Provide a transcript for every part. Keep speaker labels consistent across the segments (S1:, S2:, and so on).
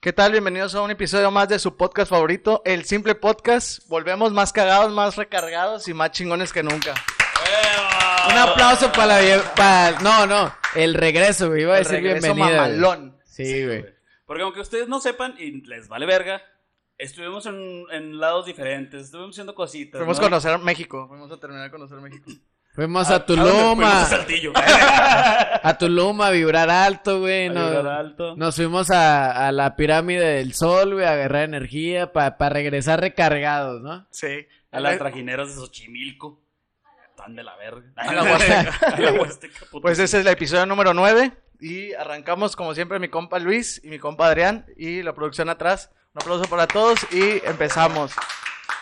S1: ¿Qué tal? Bienvenidos a un episodio más de su podcast favorito, El Simple Podcast. Volvemos más cagados, más recargados y más chingones que nunca.
S2: Un aplauso para la vie- para- No, no. El regreso, güey. Iba a
S1: El
S2: decir
S1: regreso
S2: bienvenido. güey.
S1: mamalón.
S2: Sí, güey.
S3: Porque aunque ustedes no sepan y les vale verga, estuvimos en, en lados diferentes, estuvimos haciendo cositas.
S1: Fuimos a
S3: ¿no?
S1: conocer México. Fuimos a terminar de conocer México.
S2: Fuimos a,
S3: ¿A dónde?
S2: Tuluma.
S3: Fuimos a Saltillo.
S2: A Tuluma a vibrar alto, güey.
S3: A
S2: no-
S3: vibrar alto.
S2: Nos fuimos a, a la pirámide del sol, güey, a agarrar energía para regresar recargados, ¿no?
S1: Sí.
S3: A las trajineras de Xochimilco. Están de la verga. A
S1: la Huasteca.
S3: A la Huasteca, puto.
S1: Pues ese es el episodio número 9. Y arrancamos, como siempre, mi compa Luis y mi compa Adrián y la producción atrás. Un aplauso para todos y empezamos.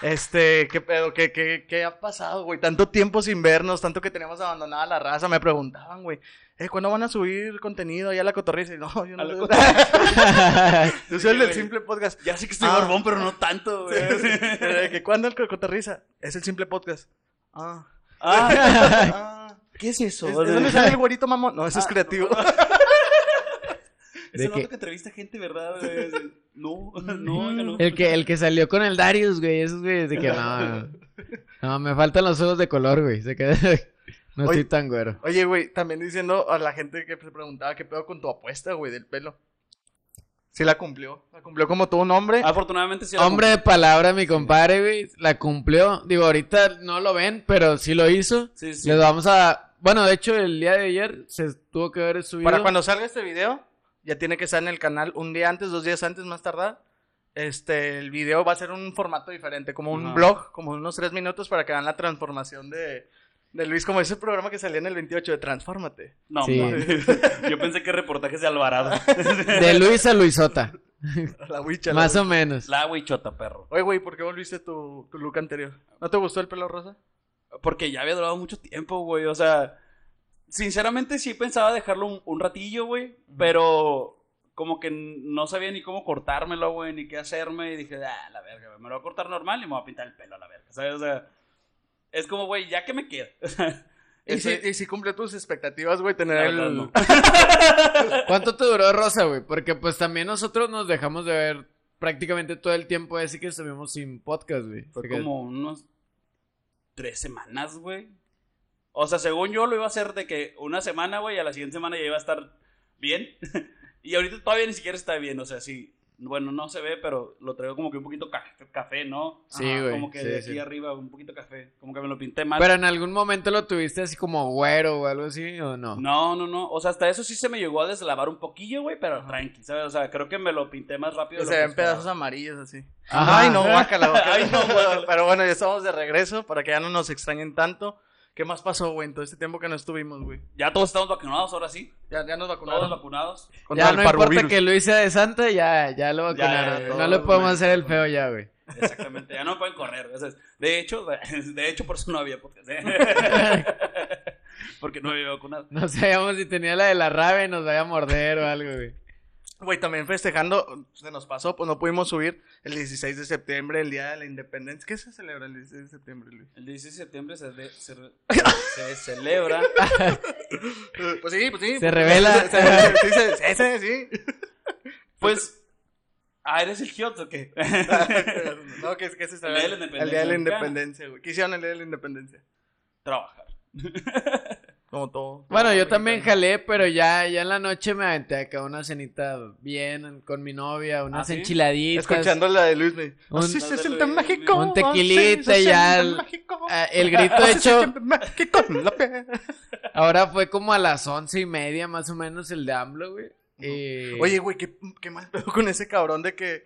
S1: Este, ¿qué pedo? ¿Qué, qué, qué ha pasado, güey? Tanto tiempo sin vernos, tanto que tenemos abandonada la raza. Me preguntaban, güey, eh, ¿cuándo van a subir contenido? Ya la cotorriza. Y no, yo
S3: A la
S1: no. sé.
S3: cotorriza.
S1: Yo soy el del
S3: Sí, güey.
S1: simple podcast.
S3: Ya sé que estoy
S1: Ah.
S3: barbón, pero no tanto, güey.
S1: Eh, ¿Que ¿Cuándo el cotorriza? Es el simple podcast. Ah.
S3: Ah,
S1: ah.
S3: ¿Qué es eso?
S1: ¿Es- ¿De dónde sale el güerito mamón? No, eso es
S3: Ah.
S1: creativo.
S3: Es
S2: ¿De
S3: el vato
S2: qué?
S3: que entrevista gente, ¿verdad? güey? No, no, no.
S2: El que, el que salió con el Darius, güey. Esos, güey, de que no. No, me faltan los ojos de color, güey. Se queda- No
S1: Oye.
S2: estoy tan güero.
S1: Oye, güey, también diciendo a la gente que se preguntaba qué pedo con tu apuesta, güey, del pelo. Sí la cumplió. La cumplió como todo un hombre.
S3: Afortunadamente sí. era
S2: Hombre de palabra, mi compadre, güey. La cumplió. Digo, ahorita no lo ven, pero sí lo hizo.
S3: como- Sí, sí.
S2: Les vamos a. Bueno, de hecho, el día de ayer se tuvo que haber subido.
S1: Para cuando salga este video, ya tiene que estar en el canal un día antes, dos días antes, más tardar. Este, el video va a ser un formato diferente, como un
S3: Ajá.
S1: blog, como unos tres minutos para que vean la transformación de, de Luis, como ese programa que salía en el 28 de Transfórmate.
S3: No,
S2: Sí.
S3: mames. yo pensé que reportajes de Alvarado.
S2: De Luis a Luisota.
S1: La huicha. la
S2: más
S1: huicha.
S2: o menos.
S3: La huichota, perro.
S1: Oye, güey, ¿por qué volviste tu, tu look anterior? ¿No te gustó el pelo rosa?
S3: Porque ya había durado mucho tiempo, güey. O sea, sinceramente sí pensaba dejarlo un, un ratillo, güey. Pero como que no sabía ni cómo cortármelo, güey, ni qué hacerme. Y dije, ah, la verga, güey, me lo voy a cortar normal y me voy a pintar el pelo a la verga, ¿sabes? O sea, es como, güey, ya que me queda. O sea,
S1: Y si,
S3: este-
S1: y si cumple tus expectativas, güey, tener
S3: La
S1: el...
S3: verdad, no.
S2: ¿Cuánto te duró Rosa, güey? Porque pues también nosotros nos dejamos de ver prácticamente todo el tiempo así que estuvimos sin podcast, güey.
S3: Fue
S2: Porque-
S3: como unos tres semanas, güey. O sea, según yo lo iba a hacer de que una semana, güey, a la siguiente semana ya iba a estar bien. y ahorita todavía ni siquiera está bien, o sea, sí. Bueno, no se ve, pero lo traigo como que un poquito ca- café, ¿no?
S2: Sí,
S3: Ajá,
S2: güey,
S3: Como que
S2: sí,
S3: de
S2: sí.
S3: aquí arriba, un poquito café. Como que me lo pinté mal.
S2: Pero en algún momento lo tuviste así como güero o algo así, ¿o no?
S3: No, no, no. O sea, hasta eso sí se me llegó a deslavar un poquillo, güey, pero tranqui, ¿sabes? O sea, creo que me lo pinté más rápido.
S1: O
S3: de lo
S1: sea,
S3: que
S1: en pedazos
S3: esperaba.
S1: amarillos así.
S2: Ajá.
S1: Ay, no, guácala. guácala.
S3: Ay, no, guácala.
S1: Pero bueno, ya estamos de regreso para que ya no nos extrañen tanto. ¿Qué más pasó, güey, en todo este tiempo que no estuvimos, güey?
S3: Ya todos estamos vacunados ahora sí.
S1: Ya, ya nos vacunaron.
S3: Todos vacunados.
S1: Contra
S2: Ya
S1: el
S2: no importa
S1: parvovirus.
S2: que Luis sea de Santa, ya, ya lo
S3: Ya,
S2: vacunaron.
S3: ya,
S2: no
S3: todos,
S2: le podemos
S3: güey.
S2: hacer el feo ya, güey.
S3: Exactamente, ya no pueden correr. o sea, de hecho, de hecho, por eso no había podcast. ¿eh? Porque no había vacunado.
S2: No sabíamos si tenía la de la rave y nos vaya a morder o algo, güey.
S1: Güey, también festejando, se nos pasó, pues no pudimos subir el 16 de septiembre, el Día de la Independencia. ¿Qué se celebra el 16 de septiembre, Luis?
S3: El 16 de septiembre se, de- se re- se celebra.
S1: Eh, Pues sí, pues sí.
S2: Se revela.
S1: Se- se- sí, se- sí, sí, sí.
S3: Pues, ah, eres el Kioto, ¿qué?
S1: No, que, que se
S3: El Día de la
S1: celebra el Día de la
S3: Independencia
S1: Independencia, güey. ¿Qué hicieron el Día de la Independencia?
S3: Trabajar.
S1: Como todo.
S2: Bueno, yo
S1: Mexicano.
S2: también jalé, pero ya, ya en la noche me aventé acá una cenita bien con mi novia, unas
S3: ¿Ah, sí?
S2: enchiladitas.
S1: Escuchando la de Oh, Luis, me.
S2: pues, Un-
S1: Así se siente
S3: Un
S1: México.
S2: tequilita
S1: así se
S2: ya,
S1: siente
S2: el-
S1: México.
S2: Ah, el grito, de
S1: Así se
S2: hecho-
S1: siente México. La pe-
S2: Ahora fue como a las once y media más o menos el de AMLO, güey. Eh,
S1: Oye, güey, qué, qué mal pedo con ese cabrón de que.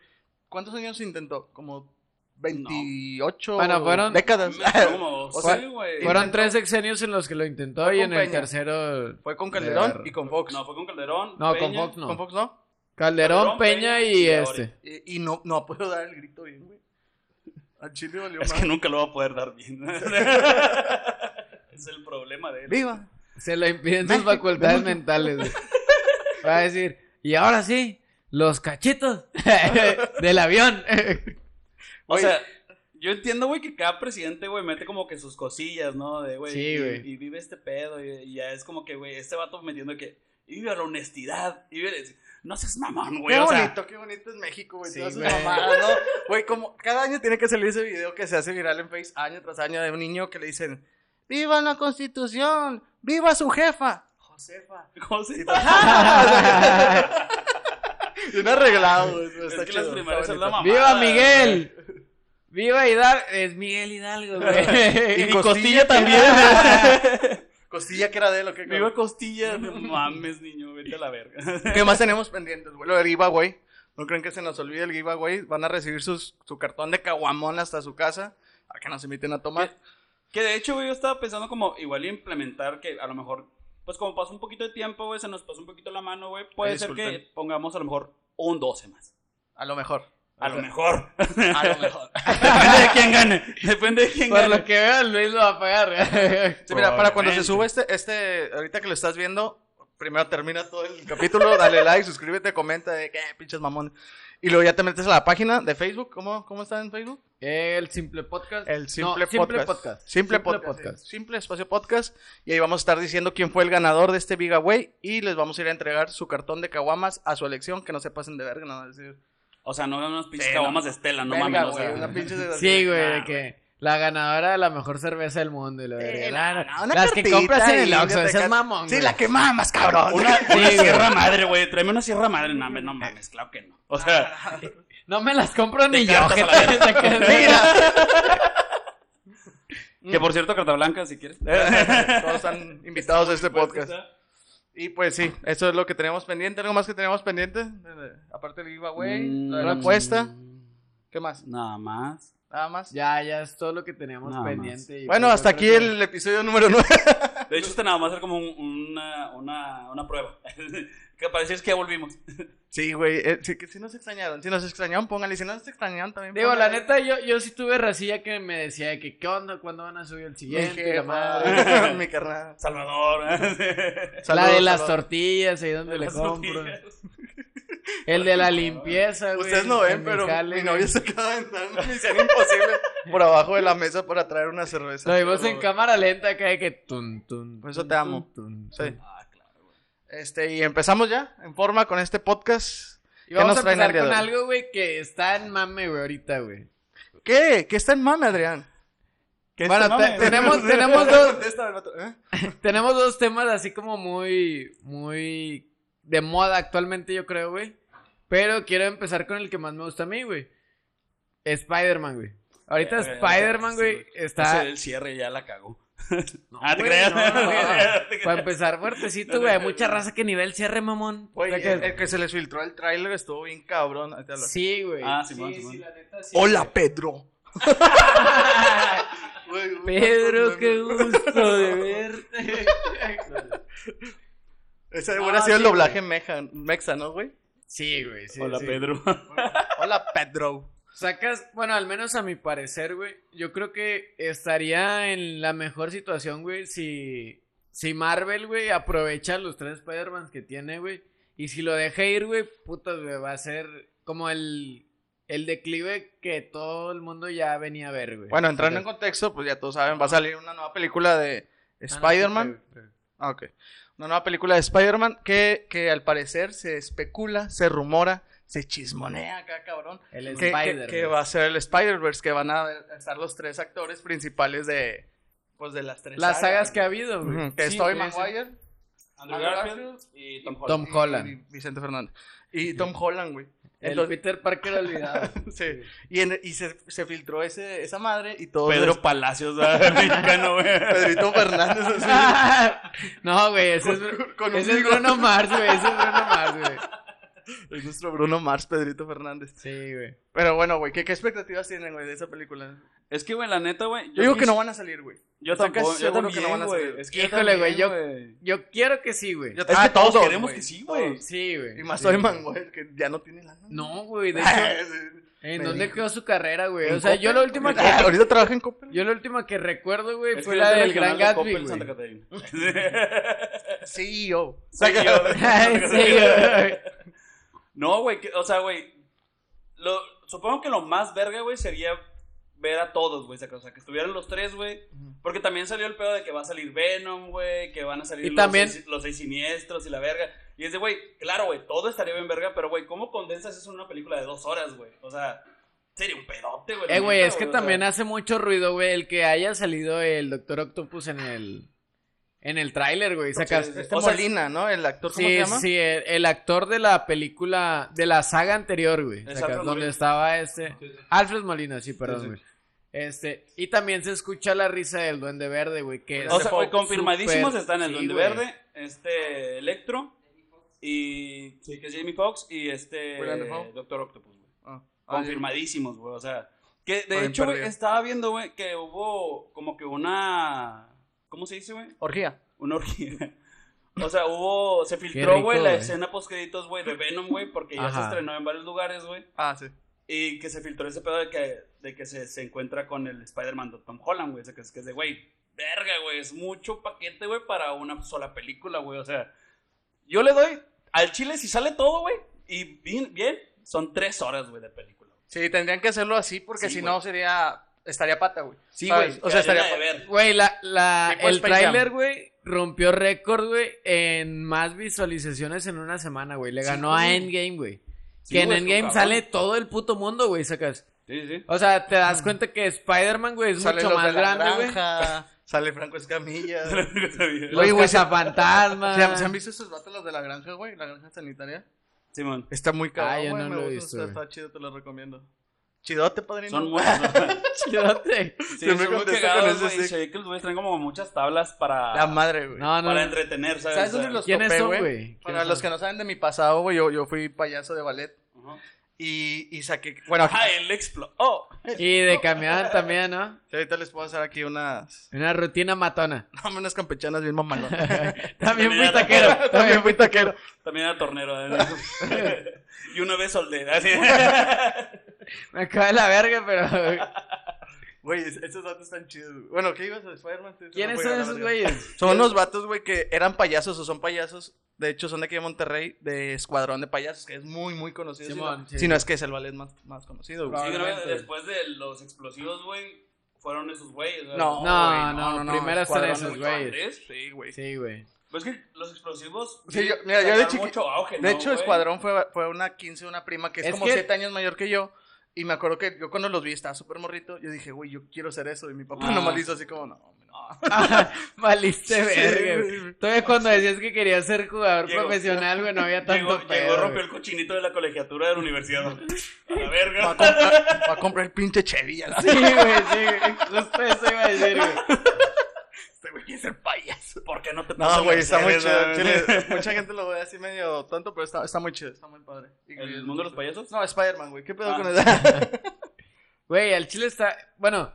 S1: ¿Cuántos años intentó? Como 28
S2: Bueno, fueron-
S1: décadas.
S3: ¿Cómo?
S1: O sea,
S3: Sí, güey.
S2: fueron tres sexenios en los que lo intentó
S1: Fue
S2: y
S1: con
S2: en el
S1: Peña.
S2: tercero...
S1: Fue con
S2: Verga.
S1: Calderón y con Fox.
S3: No, fue con Calderón.
S2: No, con
S3: Peña.
S2: Fox no.
S1: Con Fox no.
S2: Calderón,
S3: Calderón,
S2: Peña
S3: Peña
S2: y
S3: y
S2: este.
S1: Y, y no, no puedo dar el grito bien, güey. Al Chile valió
S3: Es
S1: más.
S3: que nunca lo va a poder dar bien. es el problema de él.
S1: ¡Viva!
S2: Se lo impiden sus
S1: México,
S2: facultades
S1: México.
S2: mentales, güey. Va a decir, y ahora sí, los cachitos del avión.
S3: O
S1: Oye.
S3: sea, yo entiendo, güey, que cada presidente, güey, mete como que sus cosillas, ¿no? De, güey,
S2: Sí,
S3: y,
S2: güey.
S3: y vive este pedo, y, y ya es como que, güey, este vato metiendo que, y vive la honestidad, y vive... No seas mamón, güey.
S1: Qué
S3: o sea,
S1: bonito, qué bonito es México, güey.
S2: Sí,
S1: todas sus
S2: güey.
S1: mamadas, ¿no? Güey, como cada año tiene que salir ese video que se hace viral en Face año tras año de un niño que le dicen: ¡Viva la Constitución! ¡Viva su jefa! Josefa.
S3: ¿cómo se-
S1: Y todo- Y un arreglado, güey. pero
S3: Es
S1: está
S3: que las
S1: chido,
S3: primarias
S1: está
S3: es la
S1: bonito.
S3: mamá.
S2: ¡Viva Miguel! ¡Viva Hidalgo! Es Miguel Hidalgo, güey.
S1: Y
S3: Y
S1: Costilla
S3: costilla
S1: también.
S3: también.
S1: Costilla que era de lo que.
S3: Viva costilla. No mames, niño, vete a la verga.
S1: ¿Qué más tenemos pendientes, güey? Lo del giveaway. ¿No creen que se nos olvide el giveaway? Van a recibir sus, su cartón de caguamón hasta su casa. Para que nos inviten a tomar.
S3: Que de hecho, güey, yo estaba pensando como igual implementar que a lo mejor, pues como pasa un poquito de tiempo, güey, se nos pasa un poquito la mano, güey, puede
S1: Ay,
S3: ser que
S1: disculpen.
S3: pongamos a lo mejor un 12 más.
S1: A lo mejor.
S3: A lo mejor.
S1: A lo mejor.
S3: Depende de quién gane. Depende de quién
S2: Por
S3: gane.
S2: lo que veo, Luis lo va a pagar. ¿eh?
S1: Sí, mira, para cuando se
S3: Probablemente.
S1: sube este, este, ahorita que lo estás viendo, primero termina todo el capítulo, dale like, suscríbete, comenta de qué pinches mamón. Y luego ya te metes a la página de Facebook. ¿Cómo, cómo está en Facebook?
S2: El simple podcast.
S1: El
S2: No,
S1: simple, podcast.
S2: Simple,
S1: Simple,
S2: podcast.
S1: podcast. Simple espacio podcast. Y ahí vamos a estar diciendo quién fue el ganador de este Bigaway. Y les vamos a ir a entregar su cartón de caguamas a su elección. Que no se pasen de verga, nada. Decir,
S3: O sea, no unas pinches
S1: Sí, no.
S3: caguamas de Estela, no
S1: verga,
S3: mames. O
S1: güey,
S3: sea,
S1: una pinche de-
S2: Sí, güey,
S3: Nah,
S2: de que la ganadora de la mejor cerveza del mundo y la verga.
S1: Sí,
S2: La-
S1: no, no, Eh, una
S2: Las que
S1: cartita
S2: compras en
S1: ahí,
S2: el Oxxo,
S1: fíjate
S2: esas
S1: acá.
S2: mamón.
S1: Sí,
S2: güey.
S1: la que mamas, cabrón.
S3: una,
S2: Sí,
S3: una
S2: güey.
S3: sierra madre, güey. Tráeme una sierra madre. No, no mames, claro que no. O sea,
S2: No me las compro ni yo.
S3: cartas a la
S2: gente, de que-
S3: que por cierto, carta blanca, si quieres.
S1: Todos están invitados a este podcast. Y pues sí, eso es lo que tenemos pendiente. ¿Algo más que tenemos pendiente? eh, Aparte del giveaway,
S3: Mm.
S1: la de la apuesta. ¿Qué más?
S3: Nada más.
S1: Nada más.
S2: Ya, ya es todo lo que teníamos
S3: Nada más.
S2: pendiente. y
S1: Bueno,
S2: pues,
S1: hasta
S2: yo
S1: aquí
S2: creo que-
S1: el episodio número 9.
S3: De hecho, este nada más era como un- una, una, una prueba. que parecía es que ya volvimos.
S1: Sí, güey. eh, sí, que si nos extrañaron. Si nos extrañaron, pónganle. Si no nos extrañaron, también.
S2: Digo, la
S1: pónganle.
S2: neta, yo, yo sí tuve racilla que me decía de que, ¿qué onda? ¿Cuándo van a subir el
S1: Mi
S2: siguiente? Y la
S1: jefa,
S2: madre.
S1: mi carnal.
S3: Salvador.
S2: la de las
S1: tortillas.
S2: tortillas, ahí donde le
S3: Las
S2: compro.
S3: tortillas.
S2: El de la limpieza, güey.
S1: Ustedes no ven,
S2: en mi
S1: pero
S2: jale,
S1: mi
S2: güey.
S1: novia se acaba de entrar en misión imposible por abajo de la mesa para traer una cerveza.
S2: Lo vimos en cámara lenta acá de que tun, tun.
S1: Por eso
S2: tun,
S1: te amo.
S2: tun, tun,
S1: Sí.
S2: tun.
S3: Ah, claro, güey.
S1: Este, y empezamos ya, en forma, con este podcast.
S2: Y
S1: ¿Qué
S2: vamos
S1: nos
S2: a
S1: traen
S2: empezar
S1: el día de
S2: con
S1: hoy?
S2: algo, güey, que está en mame, güey, ahorita, güey.
S1: ¿Qué? ¿Qué está en mame, Adrián?
S3: ¿Qué es
S2: Bueno,
S3: esta
S2: te-
S3: madre?
S2: tenemos- tenemos dos-
S1: Contesta, el vato, ¿eh?
S2: Tenemos dos temas así como muy, muy de moda actualmente, yo creo, güey. Pero quiero empezar con el que más me gusta a mí, güey. Spider-Man, güey. Ahorita
S3: Verga,
S2: Spider-Man,
S3: Eh, sí,
S2: güey,
S3: güey.
S2: está...
S3: Ese del cierre ya la cagó.
S2: No,
S3: Ah, te
S2: güey,
S3: creas.
S2: no, no, no. Para empezar fuertecito, güey. Hay mucha raza que nivel cierre, mamón.
S1: Güey,
S2: O sea
S1: el,
S2: que-
S1: el que se les filtró el tráiler estuvo bien cabrón. ahí te hablo.
S2: Sí, güey.
S3: Ah, Simón, Simón.
S2: la neta, sí,
S1: Hola,
S2: güey.
S1: Pedro.
S2: Pedro, qué gusto de verte.
S1: Ese
S2: No,
S1: hubiera sido el
S2: sí,
S1: doblaje meja, mexa, ¿no, güey?
S2: Sí, güey, sí.
S3: Hola,
S2: sí.
S3: Pedro.
S1: Hola, Pedro.
S2: Sacas, bueno, al menos a mi parecer, güey, yo creo que estaría en la mejor situación, güey, si, si Marvel, güey, aprovecha los tres Spider-Man que tiene, güey, y si lo deja ir, güey, putas, güey, va a ser como el, el declive que todo el mundo ya venía a ver, güey. Ah,
S1: Bueno, entrando en contexto, pues ya todos saben, va a salir una nueva película de Spider-Man. Ah, ok. Una nueva película de Spider-Man que, que al parecer se especula, se rumora, se chismonea acá, cabrón.
S2: El
S1: que, que-
S2: Spider-Man.
S1: que va a ser el Spider-Verse, que van a estar los tres actores principales de, pues, de las tres
S2: Las sagas que ha habido, güey.
S1: Ujú, que
S2: Sí,
S1: es Tobey
S2: güey, sí.
S1: Maguire,
S3: Andrew
S1: Andrew
S3: Garfield y Tom Holland.
S2: Tom
S1: y-
S2: Holland.
S1: y Vicente Fernández. Y Tom Holland, güey.
S2: El
S1: Entonces-
S2: Peter Parker olvidado.
S1: Sí. Y, en- y se, se filtró ese, esa madre y todo.
S3: Pedro Palacios, ¿verdad? mexicano, güey.
S1: Pedrito Fernández así,
S2: no, güey, ese es,
S1: con un
S2: ese es
S1: bigote.
S2: Bruno Mars, güey. Ese es Bruno Mars, güey.
S1: Es nuestro Bruno Mars, Pedrito Fernández.
S2: Sí, güey.
S1: Pero bueno, güey, ¿qué, qué expectativas tienen, güey, de esa película?
S3: Es que, güey, la neta, güey.
S1: Yo digo que
S3: quis-
S1: no van a salir, güey.
S3: Yo
S1: estoy casi
S3: tampoco. Yo
S1: seguro que no
S3: también,
S1: van a
S3: güey.
S1: salir.
S3: Es que yo
S2: Híjole,
S3: también,
S2: güey, yo-
S3: güey.
S2: Yo quiero que sí, güey.
S1: Yo-
S3: Es
S1: Ah,
S3: que todos
S1: todos,
S3: queremos
S1: güey.
S3: que sí, güey.
S2: Sí, güey.
S1: Y más soy man, güey, que ya no tiene lana.
S2: No, güey, de
S3: Ah,
S2: hecho,
S1: ¿En
S2: ¿en
S1: Me
S2: dónde
S1: dijo.
S2: quedó su carrera, güey? O sea, yo la última que
S1: Ah, Ahorita trabaja en Coppel.
S2: yo la última que recuerdo, güey,
S3: Es
S2: fue
S3: que
S2: la
S3: yo
S2: del
S3: el
S2: Gran
S3: canal de Coppel
S2: Gatsby,
S3: en
S2: güey.
S3: Santa Catarina.
S1: Sí, yo.
S3: Saca yo.
S2: Sí, güey.
S3: No, güey, que- o sea, güey. lo- Supongo que lo más verga, güey, sería ver a todos, güey, saca, o sea, que estuvieran los tres, güey. Porque también salió el pedo de que va a salir Venom, güey, que van a salir
S2: Y
S3: los,
S2: también-
S3: seis, los seis siniestros y la verga. Y es de, güey, claro, güey, todo estaría bien verga, pero, güey, ¿cómo condensas eso en una película de dos horas, güey? O sea, sería un pedote, güey. la
S2: Eh, güey,
S3: neta,
S2: es que
S3: o sea.
S2: también hace mucho ruido, güey, el que haya salido el Doctor Octopus en el en el tráiler, güey. Sacas,
S3: Sí, sí, sí.
S1: Este
S3: O sea,
S1: Molina, ¿no? El actor, ¿cómo se
S2: sí,
S1: llama?
S2: sí, el, el actor de la película, de la saga anterior, güey.
S3: Es
S2: sacas,
S3: Alfred
S2: donde
S3: Molina.
S2: estaba este. Alfred Molina, sí, perdón,
S3: sí.
S2: güey. Este, y también se escucha la risa del Duende Verde, güey. Que
S3: O
S2: es
S3: sea, güey,
S2: súper-
S3: Este confirmadísimos están el
S2: sí,
S3: Duende
S2: güey.
S3: Verde, este Electro y sí, que es Jamie Foxx y este
S1: Willem Dafoe.
S3: Doctor Octopus, güey.
S1: Ah, ah,
S3: Confirmadísimos, güey, o sea, que de
S1: Por bien
S3: hecho, güey,
S1: perdido.
S3: estaba viendo, güey, que hubo como que una ¿cómo se dice, güey?
S1: Orgía.
S3: Una orgía. O sea, hubo se
S2: rico,
S3: filtró, güey, la
S2: güey.
S3: escena post créditos, güey, de Venom, güey, porque ya se
S2: Ajá.
S3: estrenó en varios lugares, güey.
S1: Ah, sí.
S3: Y que se filtró ese pedo de que, de que se, se encuentra con el Spider-Man de Tom Holland, güey. O sea, que es, que es de, güey, verga, güey. Es mucho paquete, güey, para una sola película, güey. O sea, yo le doy al chile si sale todo, güey. Y bien, bien, son tres horas, güey, de película.
S1: Sí, tendrían que hacerlo así porque
S3: Sí,
S1: si
S3: güey.
S1: no sería... Estaría pata, güey.
S3: Sí,
S1: ¿Sabes?
S3: güey.
S1: O sea, estaría...
S3: de
S1: pa-
S3: ver.
S2: Güey, la, la,
S1: Tipo
S2: el
S1: Space Jam.
S2: tráiler, güey, rompió récord, güey, en más visualizaciones en una semana, güey. Le
S3: Sí,
S2: ganó a
S3: güey.
S2: Endgame, güey.
S3: Sí,
S2: que en
S3: güey, es un
S2: Endgame
S3: cabrón.
S2: sale todo el puto mundo, güey, sacas.
S3: Sí, sí.
S2: O sea, te das cuenta que Spider-Man, güey, es
S1: Sale
S2: mucho
S1: los de
S2: más
S1: la
S2: grande, güey.
S1: granja, sale Franco Escamilla.
S3: Es lo único que sabía.
S1: Oye,
S2: Los
S1: güey, se-
S2: cazafantasmas.
S1: ¿Se han, se han visto esos vatos los de la granja, güey? La granja sanitaria.
S3: Simón.
S1: Está muy caro,
S2: Ah, yo
S1: güey.
S2: no
S1: me
S2: lo
S1: gusta,
S2: he visto,
S1: está-
S2: güey.
S1: Está chido, te lo recomiendo. Chidote, padrino.
S3: Son buenos.
S2: Chidote.
S3: Sí,
S1: Yo
S3: son
S1: me
S3: muy
S1: contesté con
S3: cagados,
S1: ese
S3: güey.
S1: sí.
S3: Se ve que los güeyes traen como muchas tablas para,
S1: La madre, güey.
S2: No, no.
S3: para
S2: no.
S3: entretener, ¿sabes?
S1: ¿Sabes
S3: O sea,
S1: dónde los
S2: ¿Quiénes
S1: topé,
S2: son,
S1: güey?
S2: güey?
S1: Para los que no saben de mi pasado, güey, yo, yo fui payaso de ballet
S3: Ajá.
S1: y, y saqué... Bueno,
S3: Ah, él explotó.
S2: Y de camión también, ¿no?
S1: sí, ahorita les puedo hacer aquí unas...
S2: Una rutina matona.
S1: No, unas campechanas bien mamalonas.
S2: También fui
S3: Mira,
S2: taquero. También fui taquero.
S3: También era tornero. ¿eh? y una vez soldera. ¿sí?
S2: Me cae la verga, pero...
S1: Güey, es- esos vatos están chidos. güey. Bueno, ¿qué ibas a Spider-Man? Sí,
S2: ¿Quiénes
S1: se me fue
S2: son
S1: a la
S2: esos
S1: verga.
S2: güeyes?
S1: Son unos vatos, güey, que eran payasos o son payasos. De hecho, son de aquí de Monterrey, de Escuadrón de Payasos, que es muy, muy conocido. si no-
S2: Simón, sí.
S1: Si no es que es el ballet más, más conocido, güey.
S3: Sí, creo
S2: Probablemente.
S3: que después de los explosivos, güey, fueron esos güeyes. ¿verdad?
S1: No,
S2: No,
S1: güey,
S2: no, primero están
S1: Escuadrón
S2: esos
S1: es
S3: mucho
S2: güeyes.
S3: antes.
S1: Sí, güey.
S2: Sí, güey.
S3: Pues que los explosivos.
S1: Sí, yo- mira, yo de
S3: sacaron
S1: chiqui-
S3: mucho auge,
S1: De
S3: ¿no,
S1: hecho,
S3: güey?
S1: Escuadrón fue, fue una 15 de una prima que es,
S2: Es
S1: como
S2: que-
S1: 7 años mayor que yo. Y me acuerdo que yo cuando los vi estaba súper morrito. Yo dije, güey, yo quiero hacer eso. Y mi papá
S3: Ah.
S1: nomás lo hizo así como, no, no.
S2: Maliste
S1: Sí,
S2: verga.
S1: güey.
S2: güey. Todavía cuando decías que querías ser jugador
S3: Llegó.
S2: profesional, güey, no había tanto
S3: Llegó,
S2: pedo,
S3: llegó, rompió
S2: güey.
S3: el cochinito de la colegiatura de la universidad. A la
S1: Va a
S3: verga.
S1: comprar, va a comprar el pinche Chevy. ya la-
S2: Sí, güey, sí, güey. Justo eso iba a decir, güey.
S1: Este güey quiere ser payaso.
S3: ¿Por qué no te
S1: No, güey, está muy
S3: Mercedes,
S1: chido.
S3: güey?
S1: Tiene- mucha gente lo ve así medio tonto, pero está, está muy chido, está muy padre. Y-
S3: ¿El mundo de los payasos?
S1: No, Spider-Man, güey. ¿Qué pedo
S3: Ah.
S1: con eso?
S2: Güey, al chile está. Bueno,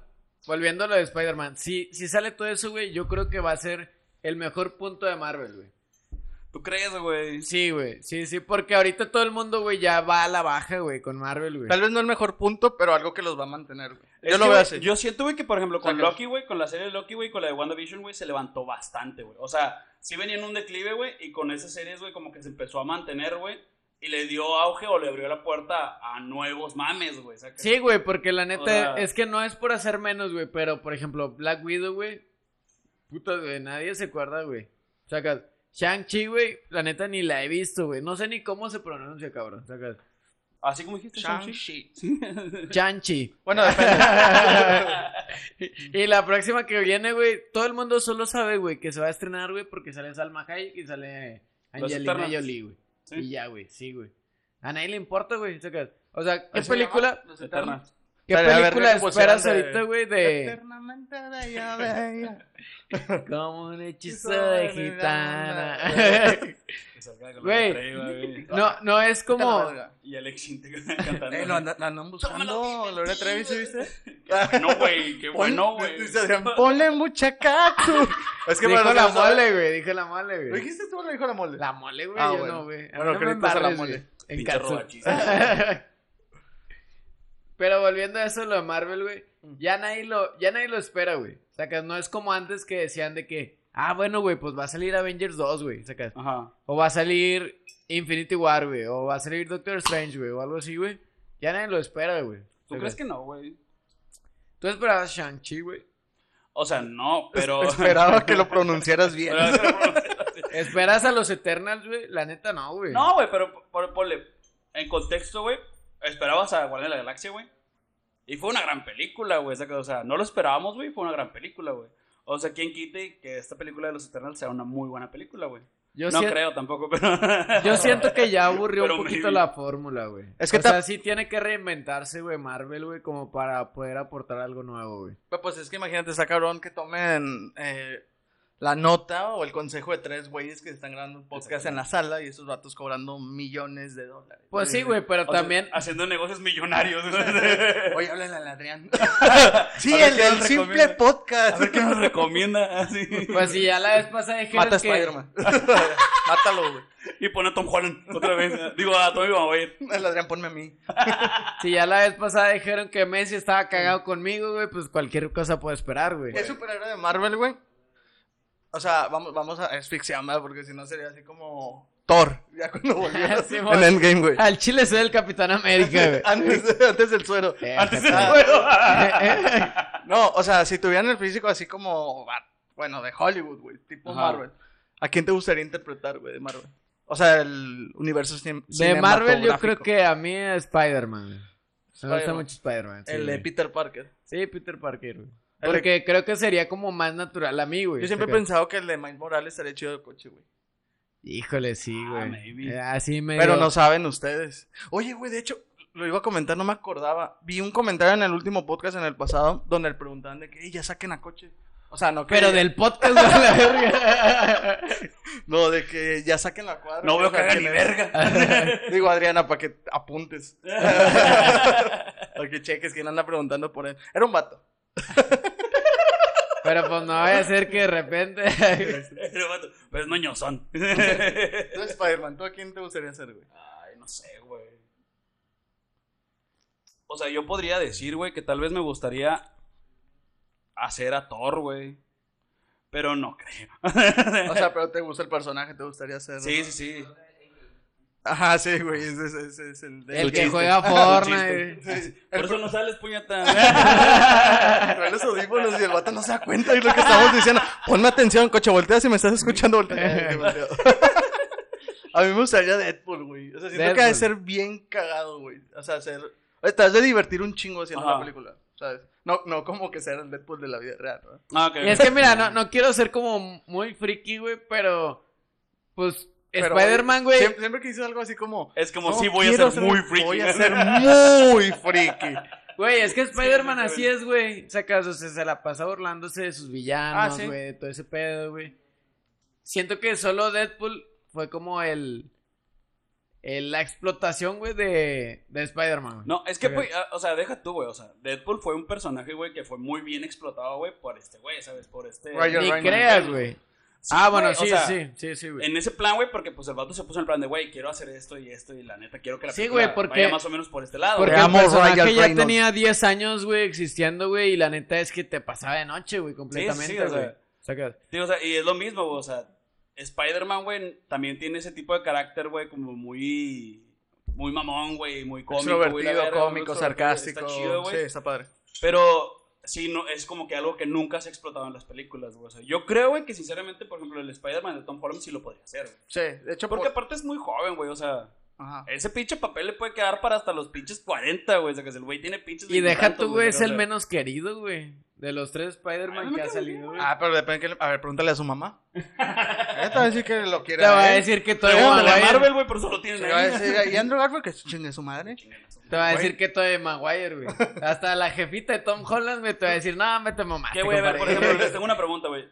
S2: volviendo a lo de Spider-Man. Si, si sale todo eso, güey, yo creo que va a ser el mejor punto de Marvel, güey.
S3: ¿Tú crees, güey?
S2: Sí, güey. Sí, sí, porque ahorita todo el mundo, güey, ya va a la baja, güey, con Marvel, güey.
S1: Tal vez no el mejor punto, pero algo que los va a mantener, güey.
S3: Es
S1: Yo lo veo
S3: que, güey,
S1: así.
S3: Yo siento, güey, que por ejemplo con
S1: Sácalo.
S3: Loki, güey, con la serie de Loki, güey, con la de WandaVision, güey, se levantó bastante, güey. O sea, sí venía en un declive, güey, y con esas series, güey, como que se empezó a mantener, güey, y le dio auge o le abrió la puerta a nuevos mames, güey. Saca-
S2: Sí, güey, porque la neta
S3: O sea-
S2: es que no es por hacer menos, güey, pero por ejemplo, Black Widow, güey. Puta, güey, nadie se acuerda, güey. Sacas. Shang-Chi, güey, la neta ni la he visto, güey. No sé ni cómo se pronuncia, cabrón. Sacas.
S3: Así como dijiste, Shang-Chi.
S1: Shang-Chi.
S3: Sí.
S2: Shang-Chi.
S1: Bueno, depende.
S2: y la próxima que viene, güey, todo el mundo solo sabe, güey, que se va a estrenar, güey, porque sale Salma Hayek y sale
S3: Los
S2: Angelina
S3: Eternals.
S2: Jolie, güey.
S3: Sí.
S2: Y ya, güey, sí, güey. A nadie le importa, güey. sacas. O sea, ¿qué
S1: ¿Cómo se llama?
S2: película,
S1: Los
S3: Eterna.
S1: Eternos.
S2: ¿qué
S1: Estaría verga
S2: película
S1: que pusieran
S2: esperas
S1: de-
S2: ahorita, güey,
S1: Eh.
S2: de...
S1: Eternamente bella, bella.
S2: Como un hechizo de gitana.
S3: Que salga con
S2: Güey.
S3: la Treva, güey.
S2: No, no es como.
S3: Y Alex Sintek cantando.
S1: Eh, lo andan, andan buscando.
S3: Tómalo.
S1: Laura Trevi, ¿sí viste?
S3: No, güey, qué bueno,
S1: Pon-
S3: güey.
S1: dice Adrián, Ponle mucha cactus. Es
S2: dijo
S1: para los
S2: la
S1: que no saben-
S2: mole, güey. Dijo la mole,
S1: ¿Lo
S2: güey.
S1: dijiste tú o lo dijo la mole?
S2: La mole, güey.
S1: Ah,
S2: yo
S1: bueno.
S2: no, güey. A mí
S1: Bueno,
S2: no
S1: que
S2: me
S1: le gusta la
S2: embarres,
S1: mole.
S2: güey. En
S3: Pinche
S2: catsup.
S3: robachista.
S2: Pero volviendo a eso, lo de Marvel, güey.
S1: Mm.
S2: Ya nadie lo, ya nadie lo espera, güey. O sea, que no es como antes que decían de que. Ah, bueno, güey, pues va a salir Avengers 2, güey. O sea, que-
S3: Ajá.
S2: O va a salir Infinity War, güey. O va a salir Doctor Strange, güey. O algo así, güey. Ya nadie lo espera, güey.
S3: ¿Tú crees que no, güey?
S2: Tú esperabas Shang-Chi, güey.
S3: O sea, no, pero.
S1: Esperaba que lo pronunciaras bien.
S3: Pero-
S2: ¿Esperas a los Eternals, güey? La neta, no, güey.
S3: No, güey, pero por- ponle en contexto, güey. Esperabas a Guardianes de la Galaxia, güey. Y fue una gran película, güey. esa cosa, O sea, no lo esperábamos, güey. Fue una gran película, güey. O sea, ¿quién quite que esta película de los Eternals sea una muy buena película, güey?
S2: yo,
S3: No
S2: sien-
S3: creo tampoco, pero.
S2: yo siento que ya aburrió
S3: Pero
S2: un poquito
S3: maybe.
S2: la fórmula, güey.
S1: Es que
S2: o
S1: ta-
S2: sea, sí tiene que reinventarse, güey, Marvel, güey, como para poder aportar algo nuevo, güey.
S1: Pero, Pues es que imagínate, está cabrón que tomen eh, la nota o el consejo de tres güeyes que están grabando un podcast en la sala y esos vatos cobrando millones de dólares.
S2: Pues sí, güey, pero
S3: O sea,
S2: también...
S3: haciendo negocios millonarios. güey.
S1: Oye, háblale al Adrián.
S3: A
S1: sí,
S3: ver
S1: el
S3: qué nos
S1: del simple
S3: recomienda.
S1: podcast.
S3: A ver qué nos recomienda. Así.
S2: Pues sí, ya la vez pasada dijeron
S1: Mata a
S2: que...
S1: Spider-Man. Mátalo, güey.
S3: Y pone a Tom Holland otra vez. Digo, a Tommy Maguire.
S1: El Adrián, ponme a mí.
S2: Si ya la vez pasada dijeron que Messi estaba cagado conmigo, güey, pues cualquier cosa puede esperar, güey.
S1: ¿Es superhéroe de Marvel, güey? O sea, vamos, vamos a asfixiarme porque si no sería así como Thor. Ya cuando volvió
S2: Sí, Ah,
S1: en
S2: mon.
S1: Endgame, güey.
S2: Al Chile soy el Capitán América, güey.
S1: Antes, antes del suero.
S2: Eh,
S3: Antes del
S2: jefa.
S3: juego.
S2: Eh, eh.
S1: No, o sea, si tuvieran el físico así como, va- bueno, de Hollywood, güey, tipo
S3: Ajá.
S1: Marvel, ¿a quién te gustaría interpretar, güey, de Marvel? O sea, el universo cin-
S2: De Marvel yo creo
S1: cinematográfico.
S2: que a mí es Spider-Man. güey. Me gusta
S1: Spider-Man.
S2: mucho Spider-Man. Sí,
S1: El de
S2: güey.
S1: Peter Parker.
S2: Sí, Peter Parker, güey.
S1: El de-
S2: Porque creo que sería como más natural a mí, güey.
S1: Yo siempre he
S2: Creo que-
S1: pensado que el de Miles Morales estaría chido de coche, güey.
S2: Híjole, sí,
S3: Ah,
S2: güey.
S3: maybe.
S2: Eh, Así me.
S1: Pero no saben ustedes. Oye, güey, de hecho, lo iba a comentar, no me acordaba. Vi un comentario en el último podcast en el pasado donde le preguntaban de que "Ey, ya saquen a coche. O sea, no que.
S2: Pero del podcast, güey, a la verga.
S1: No, de que ya saquen la cuadra.
S3: No
S1: O
S3: veo que
S1: sea,
S3: haga ni
S1: le-
S3: verga.
S1: Digo, Adriana, para que apuntes. Para que cheques quién anda preguntando por él. Era un vato.
S2: Pero pues no vaya a ser que de repente.
S1: Este,
S3: Pero vato, Pero es noñosón.
S1: Tú eres Spider-Man, ¿tú a quién te gustaría ser, güey?
S3: Ay, no sé, güey. O sea, yo podría decir, güey, que tal vez me gustaría hacer a Thor, güey. Pero no creo.
S1: O sea, pero te gusta el personaje, te gustaría ser.
S3: Sí, sí, sí.
S1: Ajá, sí, güey. Ese, ese- ese es el de.
S2: El que
S3: chiste.
S2: juega Fortnite. güey.
S1: Sí,
S3: Por
S1: el
S3: eso no sales, puñeta.
S1: Trae los audífonos y el vato no se da cuenta de lo que estamos diciendo. Ponme atención, coche, voltea si me estás escuchando, voltea. Ay, volteo. A mí me gustaría Deadpool, güey. O sea, siento que ha de
S2: Deadpool.
S1: ser bien cagado, güey. O sea, ser... Oye, te has de divertir un chingo haciendo
S3: Ajá.
S1: la película, ¿sabes? No, no como que ser el Deadpool de la vida real, ¿no?
S3: Ah, ok.
S2: Y es que mira, no, no quiero ser como muy friki, güey, pero. Pues.
S1: Pero,
S2: Spider-Man, güey.
S1: Siempre, siempre que hice algo así como...
S3: Es como
S1: no,
S3: sí voy a
S1: quiero
S3: ser muy friki.
S1: Voy a ser muy friki.
S2: Güey, es que Spider-Man
S3: güey,
S2: así es, güey. Sacas, o sea, se la pasa burlándose de sus
S1: Ah,
S2: villanos,
S1: sí.
S2: güey, de todo ese pedo, güey. Siento que solo Deadpool fue como el. el- la explotación, güey, de, de Spider-Man. güey.
S3: No, es que,
S2: Ok.
S3: pues, ah, o sea, deja tú, güey. O sea, Deadpool fue un personaje, güey, que fue muy bien explotado, güey, por este güey, ¿sabes? Por este.
S1: Roger
S2: Ni
S1: Ryan.
S2: creas, güey.
S3: Sí,
S2: Ah, bueno,
S3: güey, o
S2: sí,
S3: sea,
S2: sí, sí, sí, güey.
S3: En ese plan, güey, porque pues el vato se puso en el plan de, güey, quiero hacer esto y esto y la neta, quiero que la
S2: Sí,
S3: película
S2: güey, porque-
S3: vaya más o menos por este lado.
S2: Porque
S1: Te
S3: güey.
S2: el
S1: amo,
S2: personaje
S1: Ryan
S2: ya
S1: Reynolds.
S2: tenía 10 años, güey, existiendo, güey, y la neta es que te pasaba de noche, güey,
S3: Sí,
S2: completamente,
S3: sí, o
S2: güey.
S3: sea,
S2: Sacas.
S3: Sí, o sea, y es lo mismo, güey, o sea, Spider-Man, güey, también tiene ese tipo de carácter, güey, como muy... Muy mamón, güey, muy cómico. güey, la
S1: Extrovertido,
S3: verga,
S1: cómico,
S3: güey,
S1: sarcástico.
S3: Está chido,
S1: sí,
S3: güey.
S1: está padre.
S3: Pero sí, no, es como que algo que nunca se ha explotado en las películas, güey. O sea, yo creo, güey, que sinceramente, por ejemplo, el Spider-Man de Tom Holland sí lo podría hacer, güey.
S1: Sí, de hecho...
S3: Porque
S1: por-
S3: aparte es muy joven, güey, o sea...
S1: Ajá.
S3: Ese pinche papel le puede quedar para hasta los pinches 40, güey. O sea, que el güey tiene pinches.
S2: Y deja
S3: veintitantos,
S2: tú, güey,
S3: o
S2: es
S3: sea,
S2: el menos querido, güey. De los tres
S3: Ay,
S2: Spider-Man
S3: no
S2: que
S3: me
S2: ha
S3: cae
S2: salido,
S3: bien.
S2: güey.
S1: Ah, pero depende que le- A ver, pregúntale a su mamá. Ella te va a decir que lo quiere.
S2: Te va a
S1: él.
S2: decir que
S3: Pero
S2: Tobey
S3: bueno, la
S2: Maguire.
S3: Marvel, güey, por eso lo tienen
S1: Te va a
S3: ahí.
S1: decir, y Andrew Garfield que chingue su madre.
S2: Te va a decir que Tobey Maguire, güey. Hasta la jefita de Tom Holland, güey, te va a decir, no, vete mamá.
S3: ¿Qué, güey? A ver, por ejemplo, les tengo una pregunta, güey.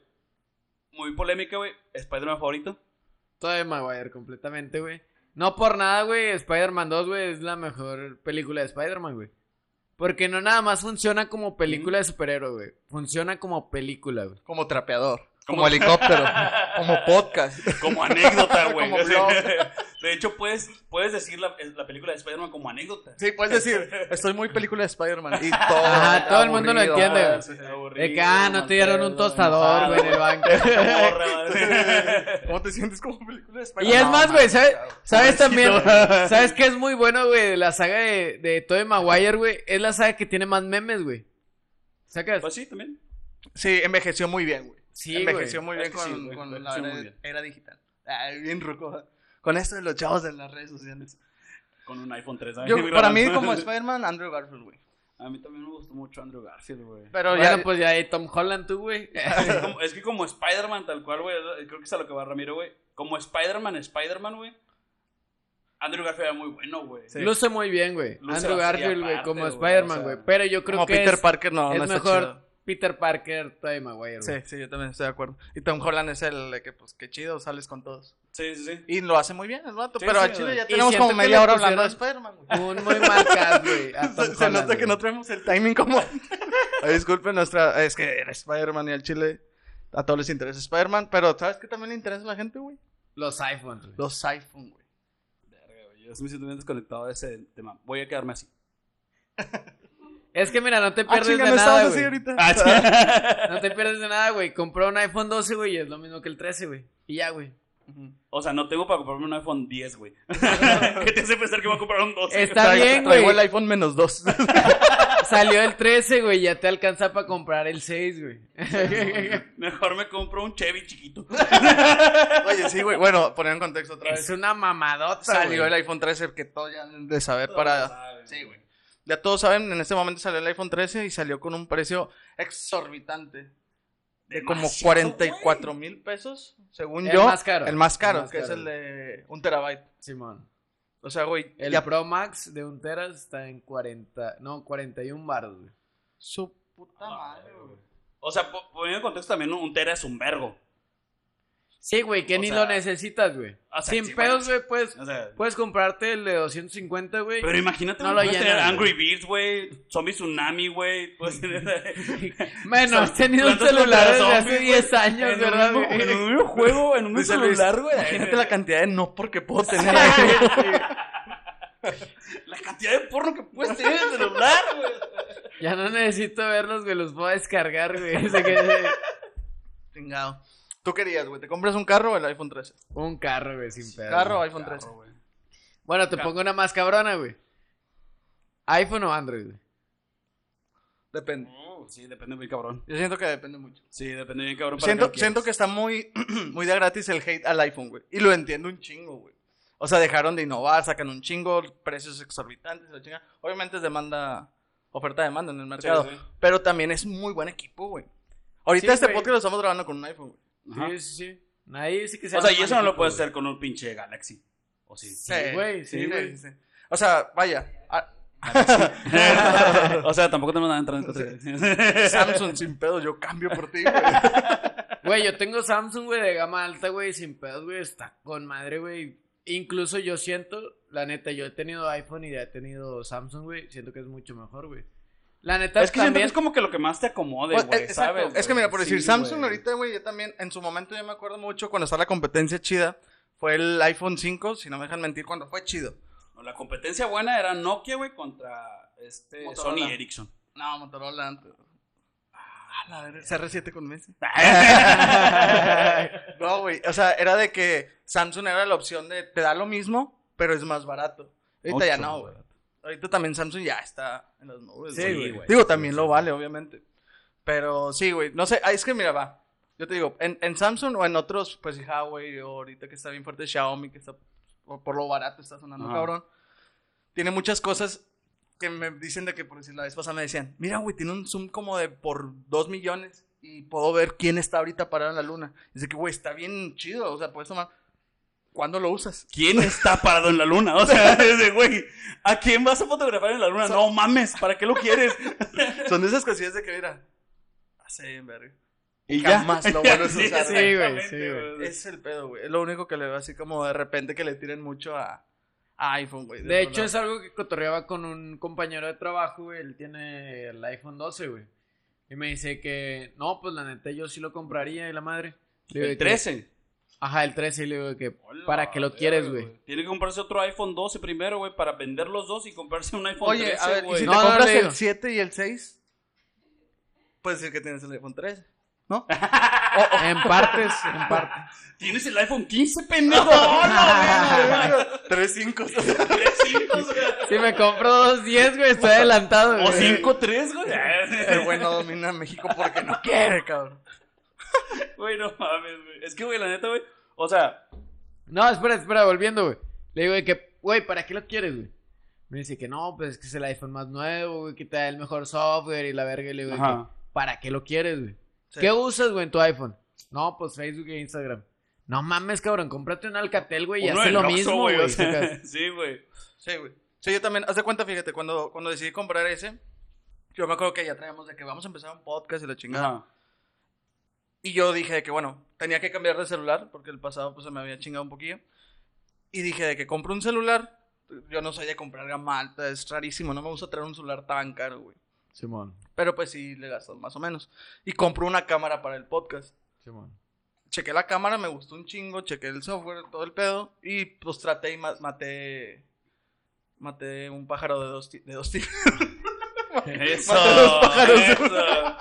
S3: Muy polémica, güey. ¿Spider-Man favorito?
S2: Tobey Maguire, completamente, güey. No por nada, güey, Spider-Man 2, güey, es la mejor película de Spider-Man, güey. Porque no nada más funciona como película de superhéroe, güey. Funciona como película, güey.
S1: Como trapeador.
S3: Como-
S1: Como helicóptero. como podcast.
S3: Como anécdota, güey.
S1: Como blog.
S3: De hecho, puedes, puedes decir la, la película de Spider-Man como anécdota.
S1: Sí, puedes decir, estoy muy película de Spider-Man. Y todo.
S2: Ajá, todo el mundo lo
S1: aburrido,
S2: entiende, güey.
S1: sí, sí.
S2: De que, ah, no te dieron un tostador, güey, en el banco.
S1: ¿Cómo te sientes como película de
S2: Y
S1: Spider-Man?
S2: es
S1: No,
S2: más, güey,
S1: man,
S2: ¿sabes,
S1: claro.
S2: sabes también? ¿Sabes qué es muy bueno, güey? de La saga de, de Tobey Maguire, güey. Es la saga que tiene más memes, güey. ¿Sacas?
S3: Pues sí, también.
S1: Sí, envejeció muy bien, güey.
S2: Sí,
S1: envejeció
S2: güey.
S1: muy
S3: Es
S1: bien
S3: que sí,
S1: con,
S3: güey,
S1: con la
S3: envejeció muy
S1: era,
S3: bien.
S1: era digital. Ay, bien ruco. Con esto de los chavos de las redes sociales.
S3: Con un iPhone 3.
S1: Yo,
S3: ¿sabes?
S1: para mí, como Spider-Man, Andrew Garfield, güey.
S3: A mí también me gustó mucho Andrew Garfield, güey.
S1: Pero
S2: bueno,
S1: ya,
S2: pues ya eh, Tom Holland, tú, güey.
S3: Es que como- es que como Spider-Man, tal cual, güey. Creo que es a lo que va Ramiro, güey. Como Spider-Man, Spider-Man, güey. Andrew Garfield era muy bueno, güey.
S1: Sí.
S2: Luce muy bien, güey.
S3: Luce
S2: Andrew
S3: así
S2: Garfield, güey,
S3: aparte,
S2: como
S3: güey,
S2: Spider-Man,
S3: o
S2: güey.
S3: sea,
S2: Pero yo creo
S1: como
S2: que
S1: Peter
S2: es,
S1: Parker, no,
S2: es
S1: no está
S2: mejor
S1: chido.
S2: Peter Parker, Tobey Maguire, güey.
S1: Sí, sí, yo también estoy de acuerdo. Y Tom Holland es el de que, pues, qué chido, sales con todos.
S3: Sí, sí, sí.
S1: Y lo hace muy bien el vato,
S3: Sí,
S1: pero
S3: sí,
S1: al chile
S3: güey.
S1: ya
S2: Y
S1: tenemos
S2: siento
S1: como
S2: que
S1: media
S2: le
S1: hora hablando de
S2: pusieron-
S1: Spider-Man, güey.
S2: Un muy mal cast, güey. a Tom
S1: Se, se
S2: Holland,
S1: nota que
S2: güey.
S1: no traemos el timing como... Ay, disculpen nuestra... Es que era Spider-Man y al chile a todos les interesa Spider-Man, pero ¿sabes qué también le interesa a la gente, güey?
S2: Los iPhones, güey.
S1: Los iPhone, güey.
S3: Verga, güey, Yo me siento bien desconectado de ese tema. Voy a quedarme así.
S2: Es que mira, no te
S1: Ah,
S2: pierdes
S1: chinga,
S2: de
S1: no estabas
S2: nada,
S1: así
S2: güey. Ah,
S1: ahorita.
S2: No te pierdes de nada, güey. Compró un iPhone 12, güey, y es lo mismo que el 13, güey. Y ya, güey.
S1: Ujú.
S3: O sea, no tengo para comprarme un iPhone 10, güey. ¿Qué te hace pensar que voy a comprar un 12?
S2: Está
S1: Traigo-
S2: bien,
S1: traigo
S2: güey.
S1: el iPhone menos dos.
S2: Salió el 13, güey, ya te alcanza para comprar el 6, güey.
S3: Mejor me compro un Chevy chiquito.
S1: Oye, sí, güey. Bueno, poner en contexto otra vez.
S2: es una mamadota,
S1: Salió
S2: güey.
S1: el iPhone 13 que todos ya han de saber para... Sí, güey. Ya todos saben, en este momento salió el iPhone 13 y salió con un precio exorbitante. De como
S3: Demasiado,
S1: 44 mil pesos, según
S2: El
S1: yo.
S2: más caro.
S1: El más caro,
S2: El más
S1: que es
S2: caro.
S1: el de un terabyte.
S2: Simón.
S1: O sea, güey,
S2: El
S1: ya
S2: Pro Max de un tera está en 40, no, 41 baros, güey.
S1: su puta madre,
S3: madre,
S1: güey.
S3: O sea, po- poniendo en contexto también, un tera es un vergo.
S2: Sí, güey, que
S3: O
S2: ni
S3: sea,
S2: lo necesitas, güey.
S3: o sea,
S2: Sin
S3: sí,
S2: pedos,
S3: güey.
S2: güey, puedes,
S3: O sea,
S2: puedes comprarte el de 250, güey.
S3: pero imagínate,
S2: No
S3: güey,
S2: lo
S3: puedes
S2: llenas,
S3: tener
S2: güey.
S3: Angry Birds, güey, Zombie Tsunami, güey. Puedes tener.
S2: Bueno, has tenido un
S3: Plantas
S2: celular
S3: contra
S2: desde
S3: zombies,
S2: hace
S3: güey.
S2: 10 años,
S3: En
S2: ¿verdad,
S3: un-
S2: güey?
S3: En un videojuego, en un
S1: Dice
S3: celular,
S1: Luis,
S3: güey.
S1: Imagínate la cantidad de no porque puedo tener.
S3: La cantidad de porno que puedes tener en el celular, güey.
S2: Ya no necesito verlos, güey, los puedo descargar, güey. Se que-
S1: Chingado. Tú querías, güey, ¿te compras un carro o el iPhone 13?
S2: Un carro, güey, sin pedo.
S1: Carro o iPhone 13.
S3: güey.
S2: Bueno, te
S3: Carro.
S2: pongo una más cabrona, güey. iPhone o Android, güey.
S1: Depende.
S3: No, Sí, depende muy cabrón.
S1: Yo siento que depende mucho.
S3: Sí, depende bien cabrón. para
S1: Siento,
S3: qué lo
S1: siento que
S3: quieres.
S1: está muy, muy de gratis el hate al iPhone, güey. Y lo entiendo un chingo, güey. O sea, dejaron de innovar, sacan un chingo, precios exorbitantes, la chinga. Obviamente es demanda, oferta-demanda en el mercado.
S3: sí.
S1: Pero también es muy buen equipo, güey. Ahorita
S2: Sí,
S1: este
S2: güey.
S1: podcast lo estamos grabando con un iPhone, güey.
S3: Ajá.
S2: Sí, sí, sí. Nadie dice que sea
S3: O sea,
S2: un
S3: y eso no
S2: mal
S3: lo
S2: equipo,
S3: puedes
S2: güey.
S3: hacer con un pinche Galaxy. O sí.
S2: Sí, güey, sí, güey.
S1: sí, sí. O sea, vaya. a-
S3: o sea, tampoco tenemos nada en contra de Galaxy.
S1: Samsung sin pedo, yo cambio por ti, güey.
S2: Güey, yo tengo Samsung, güey, de gama alta, güey, sin pedos, güey. Está con madre, güey. Incluso yo siento, la neta, yo he tenido iPhone y ya he tenido Samsung, güey. Siento que es mucho mejor, güey. La neta
S3: Es que siento que
S2: también...
S3: es como que lo que más te acomode,
S1: Pues,
S3: güey,
S1: eh, exacto.
S3: ¿sabes?
S1: Es que
S3: güey?
S1: mira, por decir,
S3: Sí,
S1: Samsung
S3: güey.
S1: ahorita, güey, yo también, en su momento yo me acuerdo mucho cuando estaba la competencia chida, fue el iPhone 5, si no me dejan mentir, cuando fue chido.
S3: No, La competencia buena era Nokia, güey, contra este
S1: Motorola.
S3: Sony Ericsson.
S1: No, Motorola antes. Ah, la verga. CR7 con Messi. no, güey. O sea, era de que Samsung era la opción de te da lo mismo, pero es más barato. Ahorita ya
S3: Mucho
S1: no,
S3: más
S1: güey. Ahorita también Samsung ya está en las nubes.
S2: Sí,
S1: güey.
S2: güey.
S1: Digo, también lo vale, obviamente. Pero sí, güey. No sé, ah, es que mira, va. Yo te digo, en, en Samsung o en otros, pues Huawei, o ahorita que está bien fuerte Xiaomi, que está o por lo barato está sonando,
S3: Ajá.
S1: cabrón. Tiene muchas cosas que me dicen de que, por decir, la vez pasada me decían, mira, güey, tiene un zoom como de por 2 millones y puedo ver quién está ahorita parado en la luna. Dice que, güey, está bien chido, o sea, puedes tomar. ¿Cuándo lo usas?
S3: ¿Quién está parado en la luna? O sea, es de, güey, ¿a quién vas a fotografiar en la luna? No mames, ¿para qué lo quieres?
S1: Son de esas cosillas de que, mira, así, verga.
S3: Y
S1: Jamás lo vuelves a usar,
S2: Sí,
S1: güey.
S2: güey, sí,
S3: exactamente,
S2: güey.
S1: Es el pedo, güey. Es lo único que le veo así como de repente que le tiren mucho a, a iPhone, güey.
S2: De hecho,
S1: es...
S2: es algo que cotorreaba con un compañero de trabajo, güey. Él tiene el iPhone 12, güey. Y me dice que, no, pues la neta, yo sí lo compraría y la madre. Le digo
S3: El
S2: que-
S3: 13.
S2: Ajá, el 13. Y le digo que, ¿para qué lo quieres, güey?
S3: Tiene que comprarse otro iPhone 12 primero, güey, para vender los dos y comprarse un iPhone
S1: Oye,
S3: 13,
S1: a ver,
S3: güey.
S1: y si
S2: No,
S1: te
S2: no,
S1: compras
S2: le digo.
S1: el 7 y el 6, puedes decir que tienes el iPhone 13, ¿no?
S2: En partes, en partes.
S3: ¿Tienes el iPhone 15, pendejo? No,
S1: Tres cinco.
S3: 3.5, güey.
S2: Si me compro dos 10, güey, estoy adelantado, güey.
S3: O 5.3, güey.
S1: El güey no domina México porque no quiere, cabrón.
S3: Güey, no mames, güey. Es que, güey, la neta, güey. O sea,
S2: No, espera, espera, volviendo, güey. Le digo de que, güey, ¿para qué lo quieres, güey? Me dice que no, pues es que es el iPhone más nuevo, güey, que te da el mejor software y la verga. Y le digo, de que,
S3: Ajá.
S2: ¿para qué lo quieres, güey?
S1: Sí.
S2: ¿Qué usas, güey, en tu iPhone? No, pues Facebook e Instagram. No mames, cabrón, cómprate un Alcatel, güey, y
S3: Uno
S2: hace
S3: del
S2: lo
S3: Oxxo,
S2: mismo,
S3: güey,
S2: güey.
S3: o sea,
S2: sacas.
S3: sí, güey.
S1: Sí, güey. Sí, yo también. Haz de cuenta, fíjate, cuando, cuando decidí comprar ese, yo me acuerdo que ya traíamos de que vamos a empezar un podcast y la chingada.
S3: Ajá.
S1: Y yo dije de que, bueno, tenía que cambiar de celular porque el pasado pues se me había chingado un poquillo. Y dije de que compro un celular. Yo no soy de comprar gama alta, es rarísimo, no me gusta traer un celular tan caro, güey.
S2: Simón,
S1: Pero pues sí, le gasto más o menos. Y compré una cámara para el podcast.
S2: Simón.
S1: Chequé la cámara, me gustó un chingo, chequé el software, todo el pedo. Y pues traté y ma- maté. Maté un pájaro de dos, ti- de dos tiros.
S3: Eso.
S1: Maté dos pájaros.
S3: eso.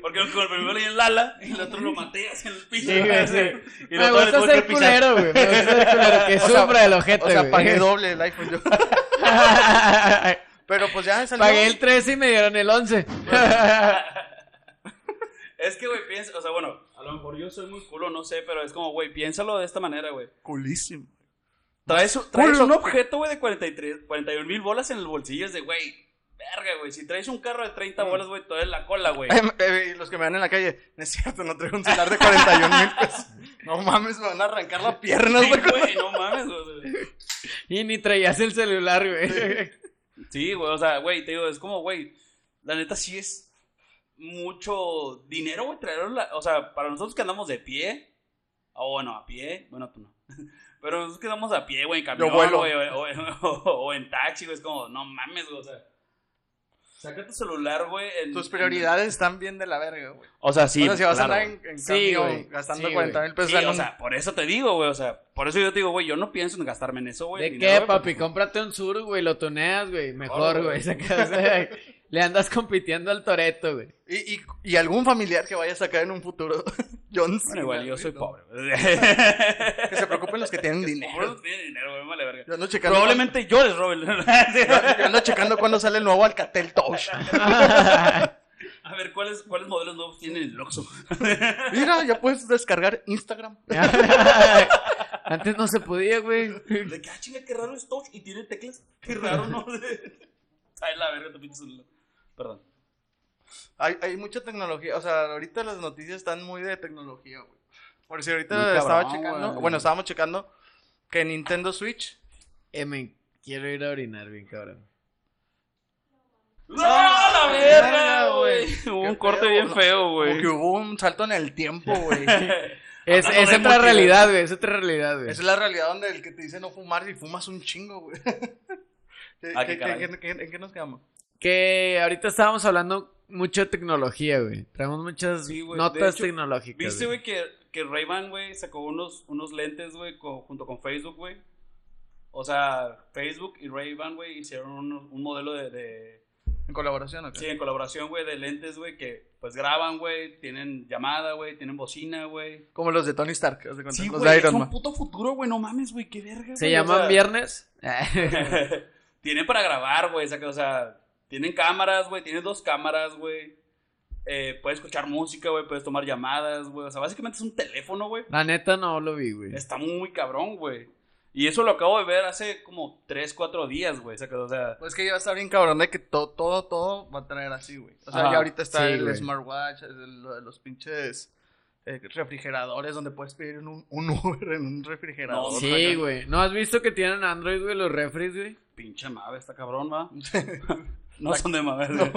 S3: Porque con el primero leí en Lala y el otro lo maté hacia el piso.
S2: Sí, güey, sí.
S3: Y
S2: Me
S3: luego le
S2: gusta
S3: tuve que
S2: ser
S3: pisar.
S2: culero, güey. Me gusta ser culero, que
S1: O sea,
S2: sufra el ojete,
S1: O sea,
S2: güey.
S1: pagué doble el iPhone yo. Pero pues ya salió.
S2: Pagué el 13 y me dieron el 11.
S3: Es que, güey, piensa, o sea, bueno, a lo mejor yo soy muy culo, no sé, pero es como, güey, piénsalo de esta manera, güey.
S1: culísimo.
S3: Traes, traes
S1: Culo.
S3: un objeto, güey, de 43, 41 mil bolas en el bolsillo, es de, güey, verga, güey. Si traes un carro de 30 bolas, güey, todo en la cola, güey.
S1: Eh, eh, los que me dan en la calle, no es cierto, no traigo un celular de 41 mil pesos. No mames, me van a arrancar la pierna.
S3: Sí,
S1: güey.
S3: güey, no mames, güey.
S2: Y ni traías el celular, güey.
S3: Sí, güey, o sea, güey, te digo, es como, güey, la neta sí es mucho dinero, güey, traerlo, la- o sea, para nosotros que andamos de pie, o bueno, a pie, bueno, tú no, pero nosotros que andamos a pie, güey, en camión,
S1: Yo vuelo.
S3: güey, o, o- o- o en taxi, güey, es como, no mames, güey, o sea, saca tu celular, güey. en-
S1: Tus prioridades están bien de la verga, güey.
S3: en- o sea, sí,
S1: o sea, si vas
S3: claro,
S1: a
S3: güey.
S1: andar en, en
S2: Sí,
S1: camión
S2: güey.
S1: gastando
S2: Sí,
S1: 40 mil pesos
S3: Sí,
S1: en
S3: o
S1: un-
S3: sea, por eso te digo, güey, o sea, por eso yo te digo, güey, yo no pienso en gastarme en eso, güey.
S2: ¿De
S3: el
S2: qué,
S3: dinero, güey,
S2: papi?
S3: porque-
S2: Cómprate un sur, güey, lo tuneas, güey. Mejor,
S3: Mejor, güey.
S2: güey. sacas, eh, Le andas compitiendo al Toreto, güey.
S1: y, y, y algún familiar que vaya a sacar en un futuro. John Cena,
S3: Bueno, igual, yo
S1: güey,
S3: soy
S1: ¿no?
S3: pobre.
S1: Que se preocupen los que tienen
S3: Pobre
S1: dinero.
S3: no tiene dinero, güey, vale verga.
S1: Yo ando checando.
S3: Probablemente yo les robe el-
S1: Yo ando checando cuándo sale el nuevo Alcatel Touch.
S3: A ver, ¿cuáles, ¿cuáles modelos nuevos tienen el Oxxo?
S1: Mira, ya puedes descargar Instagram.
S2: Antes no se podía, güey.
S3: De que, ah, chinga, qué raro es Touch y tiene teclas. Qué raro, ¿no? Ay, la verga, te pinches el... Perdón.
S1: Hay, hay mucha tecnología, o sea, ahorita las noticias están muy de tecnología, güey. Por si ahorita
S3: Muy cabrón,
S1: estaba checando,
S3: güey.
S1: bueno, estábamos checando que Nintendo Switch.
S2: Eh, me quiero ir a orinar bien, cabrón.
S3: ¡No, la verga, güey! Hubo
S1: Qué
S3: un corte
S1: feo,
S3: bien
S1: ¿no?
S3: feo,
S1: Como
S3: güey.
S1: que hubo un salto en el tiempo, güey.
S2: Es,
S3: Hablando
S2: es
S3: de
S2: otra
S3: multiverso.
S2: realidad, güey. Es otra realidad, güey.
S1: Esa es la realidad donde el que te dice no fumar y fumas un chingo, güey. ¿Qué-
S3: Ah, qué
S1: qué-
S3: caray.
S1: qué- qué- en qué nos quedamos?
S2: Que ahorita estábamos hablando mucho de tecnología, güey. Traemos muchas
S3: Sí, güey, de
S2: notas
S3: hecho,
S2: tecnológicas.
S3: ¿Viste, güey, que, que Ray-Ban, güey, sacó unos, unos lentes, güey, co- junto con Facebook, güey? O sea, Facebook y Ray-Ban, güey, hicieron un, un modelo de- de,
S1: ¿En colaboración o qué?
S3: Sí, en colaboración, güey, de lentes, güey, que pues graban, güey, tienen llamada, güey, tienen bocina, güey.
S1: Como los de Tony Stark, haz de cuenta, los
S3: güey,
S1: de
S3: es
S1: Iron
S3: un
S1: Man.
S3: puto futuro, güey, no mames, güey, qué verga.
S2: ¿Se
S3: güey, o
S2: llaman
S3: sea,
S2: viernes?
S3: tienen para grabar, güey, o sea, que, o sea, tienen cámaras, güey, tienen dos cámaras, güey. Eh, puedes escuchar música, güey, puedes tomar llamadas, güey. O sea, básicamente es un teléfono, güey.
S2: La neta no lo vi, güey.
S3: Está muy cabrón, güey. Y eso lo acabo de ver hace como 3, 4 días, güey. O sea, que, o sea,
S1: Pues que ya está bien cabrón de que todo, todo, todo va a traer así, güey. O sea,
S3: Ajá,
S1: ya ahorita está
S2: sí,
S1: el
S2: güey.
S1: smartwatch, el- lo de los pinches eh, refrigeradores donde puedes pedir un, un Uber en un refrigerador.
S3: No,
S2: Sí, güey. ¿No has visto que tienen Android, güey, los refres, güey?
S3: pinche mave, está cabrón, va. No son de mave,
S1: No.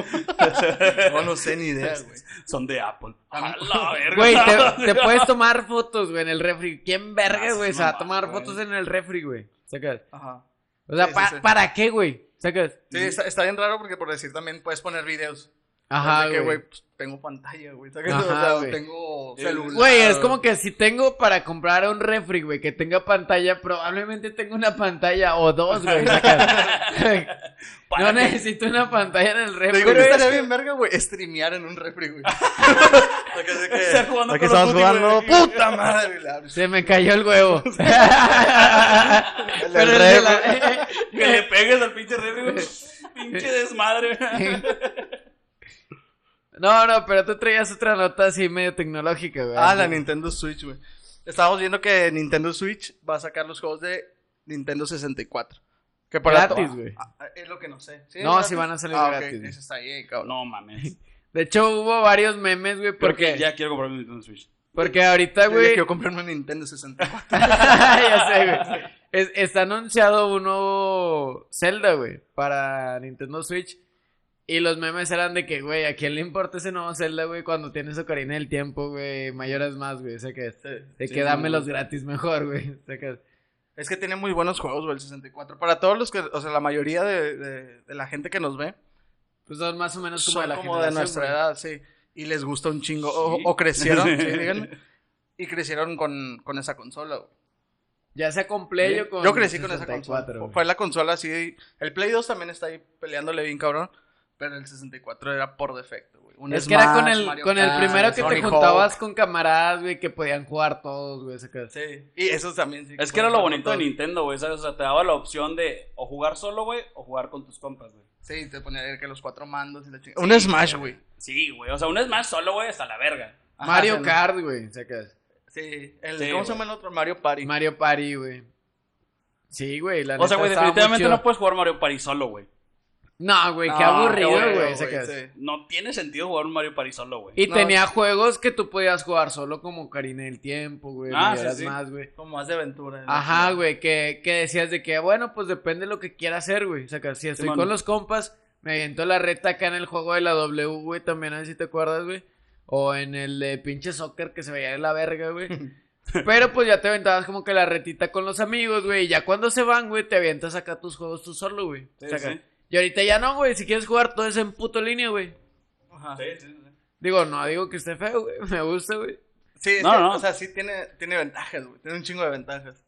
S1: No, no sé ni idea, güey.
S3: Son de Apple.
S1: A
S3: la verga.
S2: Güey, te, te puedes tomar fotos, güey, en el refri. ¿Quién verga,
S1: Ah,
S3: Gracias,
S2: güey? Se va a
S3: mamá,
S2: tomar
S3: güey.
S2: fotos en el refri, güey. Sacas.
S1: Ajá.
S2: O sea,
S1: Sí, sí,
S2: pa-
S1: sí.
S2: ¿para qué, güey? Sacas.
S1: Sí, está, está bien raro porque por decir también puedes poner videos.
S2: Ajá,
S1: Es de que,
S2: güey.
S1: pues, tengo pantalla, güey. ¿sabes?
S2: Ajá,
S1: O sea,
S2: güey.
S1: tengo
S3: Sí,
S1: celular.
S2: Güey, es como que si tengo para comprar un refri, güey, que tenga pantalla, probablemente tengo una pantalla o dos, güey. sacas.
S3: ¿Para
S2: no
S3: qué?
S2: necesito una pantalla en el
S1: Te
S2: refri.
S1: digo que
S2: güey.
S1: estaría bien verga, güey, streamear en un refri, güey.
S3: Estar jugando
S1: Aquí
S3: Call of
S1: estamos
S3: Duty,
S1: jugando,
S3: güey.
S1: puta madre. la-
S2: Se me cayó el huevo.
S1: El eh,
S2: Pero el de la-
S3: Que le pegues al pinche refri, güey. Pinche desmadre.
S2: No, no, pero tú traías otra nota así medio tecnológica, güey.
S1: Ah, la Nintendo Switch, güey. Estábamos viendo que Nintendo Switch va a sacar los juegos de Nintendo 64. Que para
S2: Gratis, güey.
S1: Ah, ah, Es lo que no sé. ¿Sí
S2: No,
S1: es
S2: sí
S1: gratis?
S2: van a salir
S1: Ah, ok,
S2: gratis, güey.
S1: Eso está bien, cabrón.
S3: No mames.
S2: De hecho, hubo varios memes, güey,
S3: Porque
S2: porque,
S3: ya quiero comprar un Nintendo Switch.
S2: porque ahorita,
S1: Yo ya
S2: Ah, güey, Ah,
S1: quiero comprarme un Nintendo 64.
S2: ya sé, güey. Es- está anunciado un nuevo Zelda, güey, para Nintendo Switch. Y los memes eran de que, güey, ¿a quién le importa ese nuevo Zelda, güey? Cuando tienes Ocarina del Tiempo, güey, mayoras más, güey. O sea que, este, de
S3: sí,
S2: que dámelos
S3: güey.
S2: gratis mejor, güey. O sea que,
S1: Es que tiene muy buenos juegos, güey, el 64. Para todos los que, o sea, la mayoría de, de- de la gente que nos ve,
S2: pues son más o menos como
S1: son
S2: de la
S1: como de nuestra
S2: generación,
S1: edad, sí. Y les gusta un chingo. O,
S3: Sí.
S1: o crecieron, sí, díganme. Y crecieron con, con esa consola, güey.
S2: güey. Ya sea con Play o con
S1: Yo crecí con esa consola.
S2: 64, güey.
S1: Fue la consola así. El Play 2 también está ahí peleándole bien, cabrón. Pero el 64 era por defecto, güey. Un
S2: Es que era
S1: Smash,
S2: con el,
S1: Mario
S2: con el
S1: Kart,
S2: primero que te
S1: Sonic Hawk.
S2: juntabas con camaradas, güey, que podían jugar todos, güey. o sea que-
S1: Sí. Y eso también sí.
S3: Es que era lo
S1: podías
S3: bonito de
S1: jugar con
S3: Nintendo, güey. ¿sabes? O sea, te daba la opción de o jugar solo, güey, o jugar con tus compas, güey.
S1: todo. Sí, te ponía que los cuatro mandos y la chingada. Un Smash, güey.
S3: Sí, güey. O sea, un Smash solo, güey, hasta la verga.
S1: Ajá,
S2: Mario
S1: sí,
S2: Kart, güey. o sea que-
S1: Sí. El,
S3: Sí,
S1: ¿Cómo se
S3: güey.
S1: llama el otro? Mario Party.
S2: Mario Party, güey. Sí, güey, la
S3: O sea,
S2: neta
S3: güey,
S2: estaba muy
S3: definitivamente
S2: chido.
S3: no puedes jugar Mario Party solo, güey.
S2: No, güey, qué
S1: No,
S2: aburrido,
S3: güey,
S2: güey. o sea que-
S1: sí.
S3: No tiene sentido jugar un Mario Party solo, güey.
S2: Y
S1: No.
S2: tenía juegos que tú podías jugar solo como Karina del Tiempo, güey.
S3: Ah,
S2: Ah,
S3: sí, sí.
S2: más, güey.
S1: Como más de aventura. ¿no?
S2: Ajá, güey, que, que decías de que, bueno, pues depende de lo que quiera hacer, güey. O sea, que si estoy
S3: Simón.
S2: con los compas, me aviento la reta acá en el juego de la W, güey, también, a ver si te acuerdas, güey. O en el de pinche soccer que se veía de la verga, güey. Pero pues ya te aventabas como que la retita con los amigos, güey. Y ya cuando se van, güey, te avientas acá tus juegos tú solo, güey.
S3: Sí,
S2: O sea,
S3: sí.
S2: que- Y ahorita ya no, güey. Si quieres jugar todo es en puto línea, güey.
S1: Ajá.
S3: Sí, sí, sí.
S2: Digo, no digo que esté feo, güey. Me gusta, güey.
S1: Sí, es
S3: No,
S1: que,
S3: no.
S1: o sea, sí tiene, tiene ventajas, güey. Tiene un chingo de ventajas.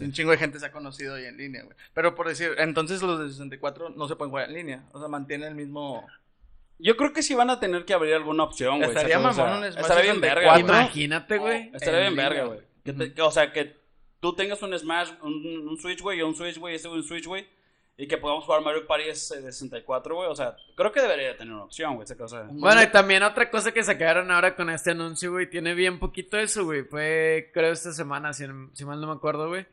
S1: Un chingo de gente se ha conocido hoy en línea, güey. Pero por decir, entonces los de 64 no se pueden jugar en línea. O sea, mantiene el mismo.
S3: Yo creo que sí van a tener que abrir alguna opción, güey.
S1: Estaría
S3: ¿sacas? O sea,
S1: mamón un Smash
S3: Estaría bien
S1: 64,
S3: verga,
S1: ¿Cuatro?
S3: güey.
S2: Imagínate, güey.
S3: Estaría bien
S2: en línea.
S3: verga, güey. Que te- que, O sea, que tú tengas un Smash, un, un Switch, güey, yo un Switch, güey, este güey, un Switch, güey. Y que podamos jugar Mario Party es, eh, de 64, güey. O sea, creo que debería tener una opción, güey. ¿sacas? O sea,
S2: Bueno, y también otra cosa que sacaron ahora con este anuncio, güey, tiene bien poquito eso, güey. Fue, creo, esta semana, si, si mal no me acuerdo, güey.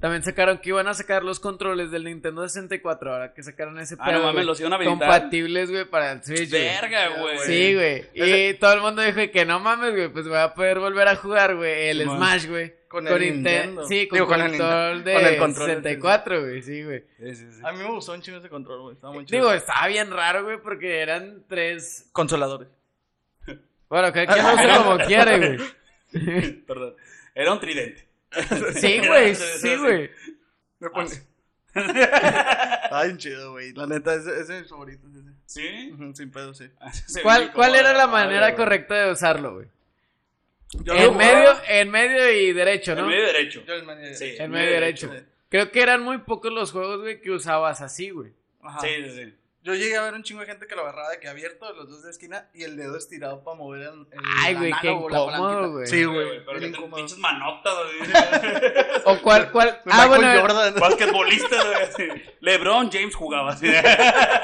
S2: También sacaron que iban a sacar los controles del Nintendo 64, ahora que sacaron ese
S3: ah, no mames,
S2: güey.
S3: los iban a habilitar.
S2: compatibles, güey, para el Switch. güey.
S3: Verga, güey.
S2: Sí, güey. Y todo el mundo dijo que no mames, güey, pues voy a poder volver a jugar, güey, el
S3: Simón.
S2: Smash, güey.
S1: Con el
S2: Inte-
S1: Nintendo.
S2: Sí, con,
S1: Digo, con el
S2: control
S1: Nintendo.
S2: de
S1: Con el control del
S2: 64, güey, sí, güey.
S3: Sí, sí, sí.
S1: A mí me gustó un chingo ese control, güey. Estaba muy chido.
S2: Digo, estaba bien raro, güey, porque eran tres...
S1: consoladores.
S2: Bueno, cada quien lo hace como quiere, güey.
S3: Perdón. Era un tridente.
S2: Sí, güey, sí, güey.
S1: Me pone- Estaba bien chido, güey. La neta, ese, ese es mi favorito. ese, ese.
S3: ¿Sí?
S1: Ujú, Sin pedo, sí.
S3: Se
S2: ¿Cuál,
S3: veía
S2: ¿Cuál
S3: como-
S2: era la
S3: ah,
S2: manera
S3: güey.
S2: correcta de usarlo, güey?
S1: Yo
S2: En
S1: lo-
S2: medio, en medio y derecho,
S3: El
S2: ¿no?
S3: medio derecho.
S1: Yo el medio.
S3: Sí.
S2: En medio derecho.
S1: sí.
S2: Creo que eran muy pocos los juegos, güey, que usabas así, güey.
S1: Ajá.
S3: Sí, sí, sí.
S1: Yo llegué a ver un chingo de gente que lo agarraba de que abierto, los dos de esquina y el dedo estirado para mover el. el
S2: Ay, güey, qué
S1: análogo, Ah, la
S2: incómodo,
S1: palanquita.
S2: güey.
S1: Sí, güey.
S3: Pero
S1: bien
S3: que
S1: incómodo.
S3: pinches manotas, güey.
S2: O cuál, cuál. Ah,
S1: Michael
S2: bueno,
S1: Jordan.
S3: Basquetbolista, güey. así. LeBron James jugaba así.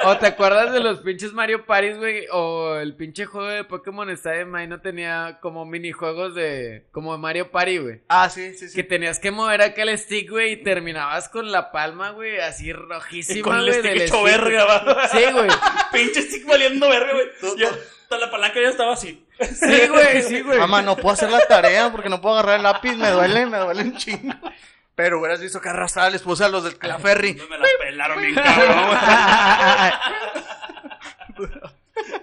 S2: o te acuerdas de los pinches Mario Paris, güey, o el pinche juego de Pokémon Stadium ahí no tenía como minijuegos de como Mario Party, güey.
S1: Ah, sí, sí, sí.
S2: Que tenías que mover acá el stick, güey, y terminabas con la palma, güey, así rojísima,
S3: con el
S2: güey,
S3: stick
S2: del
S3: hecho
S2: stick, güey.
S3: verga, va.
S2: Sí, güey.
S3: Pinche stick valiendo verga,
S1: Todo-
S3: güey. Ya, hasta la palanca ya estaba así.
S2: Sí, güey, sí, güey.
S1: Mamá, no puedo hacer la tarea porque no puedo agarrar el lápiz, me duele, me duele un chingo. Pero hubieras visto que arrastrada les puse a los del Claferry.
S3: Me la pelaron bien cabrón, güey.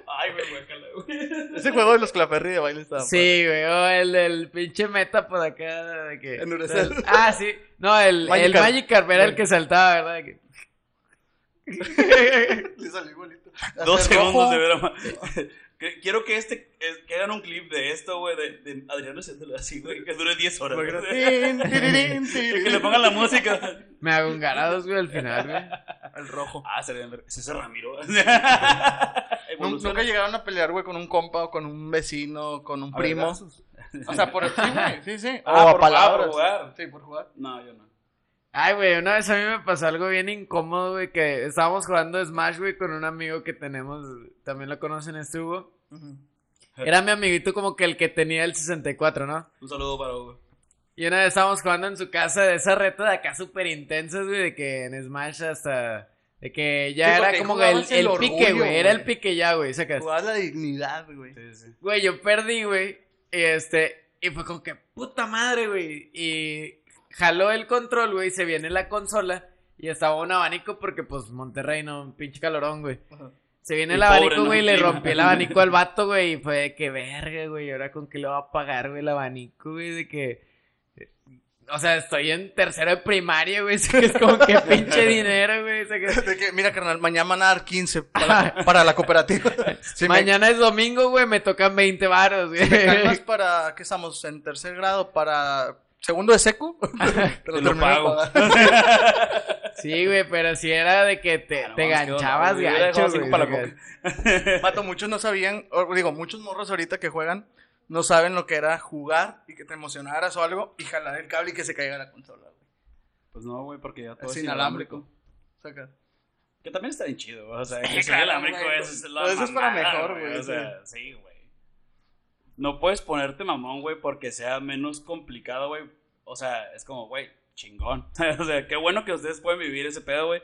S3: Ay, güey, guácala, güey.
S1: Ese juego de los Claferry de baile estaba. padre.
S2: Sí, güey, o el, el pinche meta por acá de que...
S1: Endurecer.
S2: Ah, sí. No, el, el
S1: Magikarp.
S2: Magikarp era el que saltaba, ¿verdad? De que-
S1: Le salió igualito.
S3: Dos
S1: Hacer
S3: segundos
S1: rojo.
S3: de ver a ma- Que- Quiero que este eh, que hagan un clip de esto, güey, de, de Adriano haciéndolo así, güey, que dure 10 horas. güey.
S1: Tin, tirirín,
S3: Que le
S1: tirirín.
S3: pongan la música.
S2: Me hago un garados, güey, al final, güey.
S1: El rojo.
S3: Ah, se le ven ver- Es ese Ramiro.
S1: Nun-
S3: Evoluciona.
S1: Nunca llegaron a pelear, güey, con un compa o con un vecino, con un
S3: A
S1: primo.
S3: vergazos.
S1: O sea, por sí, güey, sí, sí.
S3: Ah,
S1: o a
S3: por- ah,
S1: palabras.
S3: por jugar.
S1: Sí, por jugar.
S3: No, yo no.
S2: Ay, güey, una vez a mí me pasó algo bien incómodo, güey, que estábamos jugando Smash, güey, con un amigo que tenemos, también lo conocen, este Hugo. Era mi amiguito como que el que tenía el 64, ¿no?
S3: Un saludo para Hugo.
S2: Y una vez estábamos jugando en su casa de esas retas de acá súper intensas, güey, de que en Smash hasta... De que ya
S3: Sí,
S2: era
S3: porque
S2: como que el,
S3: jugabas el
S2: el pique,
S3: orgullo,
S2: güey. Era el
S3: güey.
S2: pique ya, güey. Sacas.
S1: Jugabas la dignidad, güey.
S3: Sí, sí.
S2: Güey, yo perdí, güey. Y este, y fue como que puta madre, güey. Y jaló el control, güey. Se viene la consola. Y estaba un abanico porque, pues, Monterrey, no, un pinche calorón, güey.
S3: Ajá.
S2: Se viene
S3: Y
S2: el
S3: pobre,
S2: abanico,
S3: ¿no?
S2: güey, y le
S3: El clima.
S2: rompí el abanico al vato, güey. Y fue de que verga, güey. ¿y ahora con qué le va a pagar, güey, el abanico, güey? De que. eh, O sea, estoy en tercero de primaria, güey. así que Es como que pinche dinero, güey. o sea, que-
S1: De que, mira, carnal, mañana van a dar 15 para, para la cooperativa. Si me-
S2: Mañana es domingo, güey. Me tocan 20 varos, güey.
S3: eh.
S1: ¿Te calmas para qué estamos? ¿En tercer grado? ¿Para segundo de secu? Te
S3: Te lo
S1: termino de
S3: pago.
S1: pagar.
S2: Sí, güey, pero si era de que te,
S3: Claro, vamos,
S2: te
S3: que
S2: ganchabas,
S3: vamos, hubiera
S2: gacho,
S3: dejado
S2: güey.
S3: cinco para la
S2: sacas.
S1: Mato, muchos no sabían, o digo, muchos morros ahorita que juegan no saben lo que era jugar y que te emocionaras o algo y jalar el cable y que se caiga la consola, güey.
S3: Pues no, güey, porque ya todo
S1: Es
S3: es,
S1: inalámbrico.
S3: inalámbrico.
S1: Saca.
S3: Que también está bien chido, o sea,
S1: Sí,
S3: que sea
S1: claro,
S3: inalámbrico
S1: güey.
S3: eso es la
S1: Pero eso es para
S3: mamada,
S1: mejor, güey,
S3: O sea, sí, güey. No puedes ponerte mamón, güey, porque sea menos complicado, güey. O sea, es como, güey, chingón. o sea, qué bueno que ustedes pueden vivir ese pedo, güey.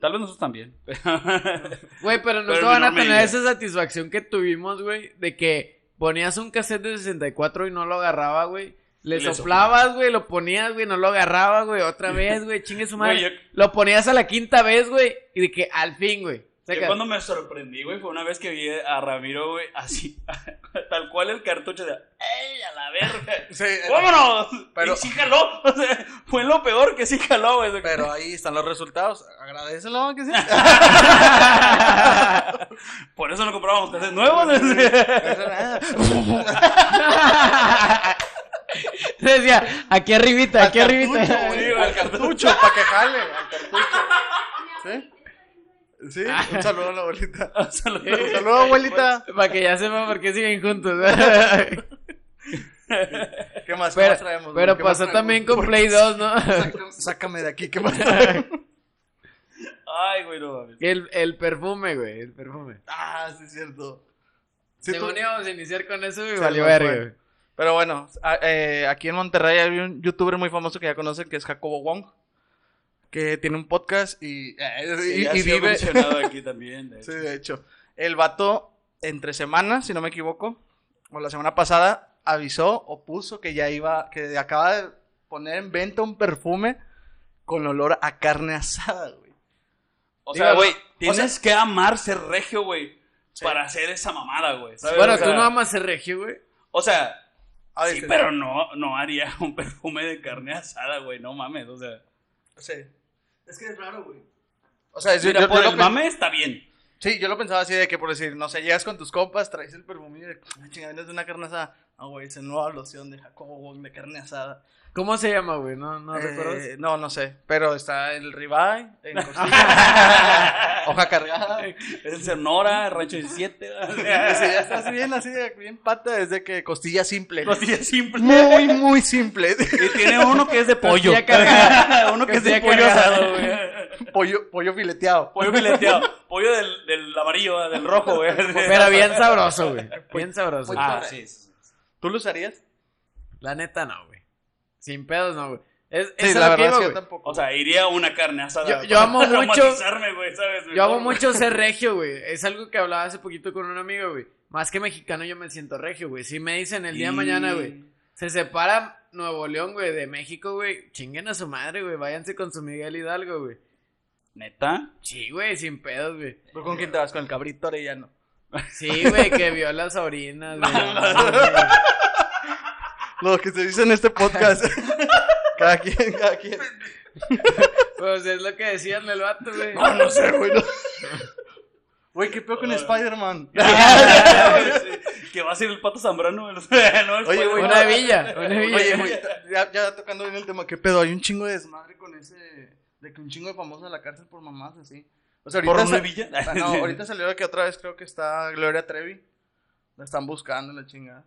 S3: Tal vez nosotros también.
S2: Güey, pero nunca
S3: Pero en
S2: van a
S3: menor
S2: tener
S3: medida.
S2: esa satisfacción que tuvimos, güey, de que ponías un cassette de 64 y no lo agarraba, güey. Le
S3: Y le
S2: soplabas, güey, lo ponías, güey, no lo agarraba, güey, otra vez, güey, chingue su madre.
S3: Güey, yo-
S2: Lo ponías a la quinta vez, güey, y de que al fin, güey.
S3: Yo
S2: sacas.
S3: cuando me sorprendí, güey, fue una vez que vi a Ramiro, güey, así, tal cual el cartucho de, ¡ey, a la verga!
S1: Sí,
S3: ¡Vámonos!
S1: Pero-
S3: Y sí jaló, o sea, fue lo peor que sí jaló, güey.
S1: pero ahí están los resultados. Agradecelo, que sí.
S3: Por eso no comprábamos cassettes nuevos.
S2: Decía, aquí arribita, aquí arribita.
S1: cartucho, güey, al cartucho, para que jale, al Ah. cartucho. ¿Sí? Sí, un saludo a la abuelita.
S3: O sea, lo-
S1: Un saludo, abuelita.
S2: Para que ya sepa por qué siguen juntos.
S1: ¿Qué más? ¿Qué más
S2: pero
S1: traemos, güey?
S2: pero
S1: ¿Qué más
S2: pasó
S1: traemos?
S2: también con
S1: ¿Por
S2: Play
S1: qué?
S2: 2, ¿no?
S1: Sácame- Sácame de aquí, ¿qué más traemos?
S3: Ay, güey, no mames.
S2: Que el, el perfume, güey, el perfume.
S1: Ah, sí, es cierto. Sí,
S2: Se
S1: tú-
S2: íbamos a iniciar con eso, güey,
S1: Se
S2: valió
S1: nos fue.
S2: verga, güey.
S1: Pero bueno, a- eh, aquí en Monterrey hay un youtuber muy famoso que ya conocen que es Jacobo Wong, que tiene un podcast y, eh,
S3: Sí,
S1: y-
S3: ya
S1: y
S3: ha sido
S1: vive.
S3: mencionado aquí también. de
S1: Sí,
S3: hecho.
S1: de hecho. El vato, entre semanas, si no me equivoco, o la semana pasada, avisó o puso que ya iba, que acaba de poner en venta un perfume con olor a carne asada, güey.
S3: O
S1: Digo,
S3: sea, güey, tienes
S1: o sea-
S3: que amar ser regio, güey, para hacer esa mamada, güey. ¿sabes?
S2: Bueno,
S3: o sea,
S2: tú no amas el regio, güey.
S3: O sea,
S1: A
S3: sí, pero no, no haría un perfume de carne asada, güey, no mames, o sea.
S1: Es que es raro, güey. O sea, es,
S3: Mira,
S1: yo-
S3: por
S1: yo lo
S3: el
S1: pe-
S3: mame está bien.
S1: Sí, yo lo pensaba así de que por decir, no sé, llegas con tus compas, traes el perfume y de "Ah, chinga, vienes de una carne asada. Ah, güey, es nueva loción de Jacobo Wong de carne asada.
S2: ¿Cómo se llama, güey? No, no
S1: Eh,
S2: recuerdas.
S1: No, no sé. Pero está el ribeye, en costilla,
S3: es
S1: hoja cargada.
S3: en Sonora, Rancho 17. o sea,
S1: Sí, ya estás bien así, de- bien pata, desde que costilla simple.
S3: Costilla simple.
S1: Muy, muy simple.
S3: Y tiene uno que es de pollo.
S2: Costilla cargada.
S3: uno que es de
S2: Costilla
S3: pollo
S2: cargada.
S3: asado, güey.
S1: pollo, pollo fileteado.
S3: Pollo fileteado. Pollo del, del amarillo, ah, del rojo, güey.
S2: Pero bien sabroso, güey. Bien sabroso.
S1: pues,
S3: Ah, sí, sí, sí.
S1: ¿Tú lo usarías?
S2: La neta, no, güey. Sin pedos, no, güey. Es,
S1: Sí,
S2: es a
S1: la
S2: lo que
S1: verdad es
S2: iba,
S1: que yo
S2: güey.
S1: tampoco.
S3: O sea, iría a una carne asada.
S2: Yo- yo amo
S3: para
S2: mucho-
S3: traumatizarme, güey, ¿sabes?
S2: Yo amo
S3: Mejor, güey.
S2: mucho ser regio, güey. Es algo que hablaba hace poquito con un amigo, güey. Más que mexicano, yo me siento regio, güey. Si me dicen el día de mañana, güey, se separa Nuevo León, güey, de México, güey, chinguen a su madre, güey. Váyanse con su Miguel Hidalgo, güey.
S3: ¿Neta?
S2: Sí, güey, sin pedos, güey.
S1: ¿Tú con quién te vas? Con el cabrito orellano.
S2: Sí, güey, que vio a las orinas, güey.
S1: Lo que se dice en este podcast. cada quien, cada quien.
S2: Pues es lo que decían el vato, güey.
S1: No, no sé, güey. no. Güey, qué peor con
S3: Ah.
S1: Spider-Man.
S3: Sí, que va a ser el pato zambrano. el- no, el
S1: Oye,
S3: pollo.
S1: güey,
S2: Una villa, una villa.
S1: Oye, güey, ya, ya tocando bien el tema, ¿qué pedo? Hay un chingo de desmadre con ese. De que un chingo de famosos en la cárcel por mamás así. O sea,
S3: ¿Por
S1: ahorita,
S3: una
S1: sa-
S3: villa?
S1: Ah, no, ahorita salió de que otra vez creo que está Gloria Trevi. La están buscando, la chingada.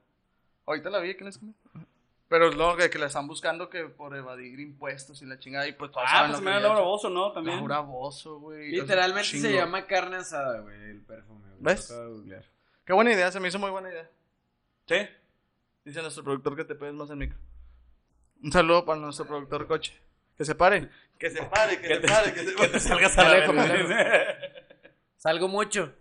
S1: Ahorita la vi, ¿quién es? quién? Pero es lo que, que la están buscando que por evadir impuestos y la chingada. Y pues todos
S3: Ah,
S1: saben
S3: pues
S1: lo
S3: me
S1: que
S3: da
S1: ella
S3: Laura
S1: hizo.
S3: Bozo, ¿no? También.
S1: Laura Bozo, güey.
S2: Literalmente
S1: Chingo.
S2: se llama carne asada, güey, el perfume. güey.
S1: ¿Ves?
S2: Lo acabo de googlear.
S1: Qué buena idea, se me hizo muy buena idea.
S3: Sí.
S1: Dice nuestro productor que te pegues más el micro. Un saludo para nuestro productor coche. Que se pare. Que se pare,
S3: Que te, que te salgas a la
S2: Dale,
S3: verga.
S2: Salgo mucho.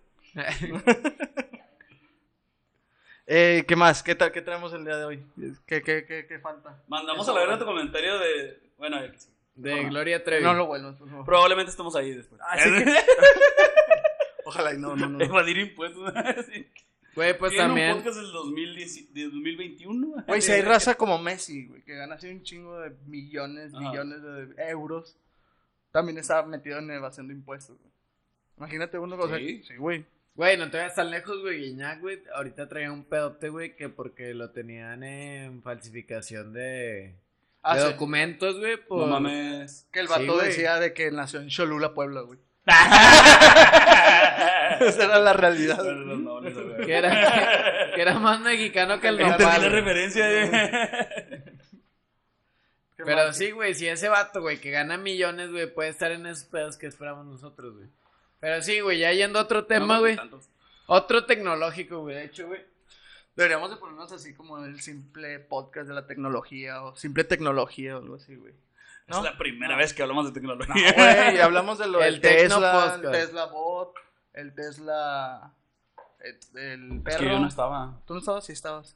S1: Eh, ¿Qué más? ¿Qué, ta- ¿Qué tenemos el día de hoy? ¿Qué, qué, qué, qué falta?
S3: Mandamos a la verga tu comentario de. Bueno, X.
S2: De Gloria Trevi.
S1: No lo vuelvas, por favor.
S3: probablemente estemos ahí después.
S2: Ah,
S1: Ojalá y no, no, no.
S3: Evadir impuestos. sí.
S2: Güey, pues
S3: Tienen un
S2: también.
S3: podcast del 2010 de 2021.
S1: Güey, si hay raza como Messi, güey, que gana así un chingo de millones,
S3: Ajá.
S1: millones de euros, también está metido en evasión de impuestos, güey. Imagínate uno con...
S3: Sí.
S1: Sí, güey.
S2: Güey, no te vayas tan lejos, güey. Guiñac, güey. Ahorita traía un pedote, güey, que porque lo tenían en falsificación de,
S1: Ah,
S2: de
S1: sí.
S2: documentos, güey. Por...
S3: No mames.
S1: Que el
S2: Sí,
S1: vato
S2: güey.
S1: decía de que nació en Cholula, Puebla, güey. Esa era la realidad.
S3: Pero no, no, no, no.
S2: Que era, que era más mexicano que el
S3: Entendí la
S2: nopal.
S3: referencia eh. de...
S1: Qué
S2: Pero
S1: mal.
S2: sí, güey, si ese vato, güey, que gana millones, güey, puede estar en esos pedos que esperamos nosotros, güey. Pero sí, güey, ya yendo a otro tema, güey. Otro tecnológico, güey, de hecho, güey.
S1: Deberíamos de ponernos así como el simple podcast de la tecnología o simple tecnología o algo así, güey.
S3: Es
S1: ¿No?
S3: la primera vez que hablamos de tecnología.
S1: Güey, hablamos de lo
S2: El
S1: del Tesla,
S2: Tecnopodcast.
S1: el Tesla Bot, el Tesla... El, el
S3: Es
S1: perro.
S3: que yo no estaba.
S1: ¿Tú no estabas? Sí, estabas.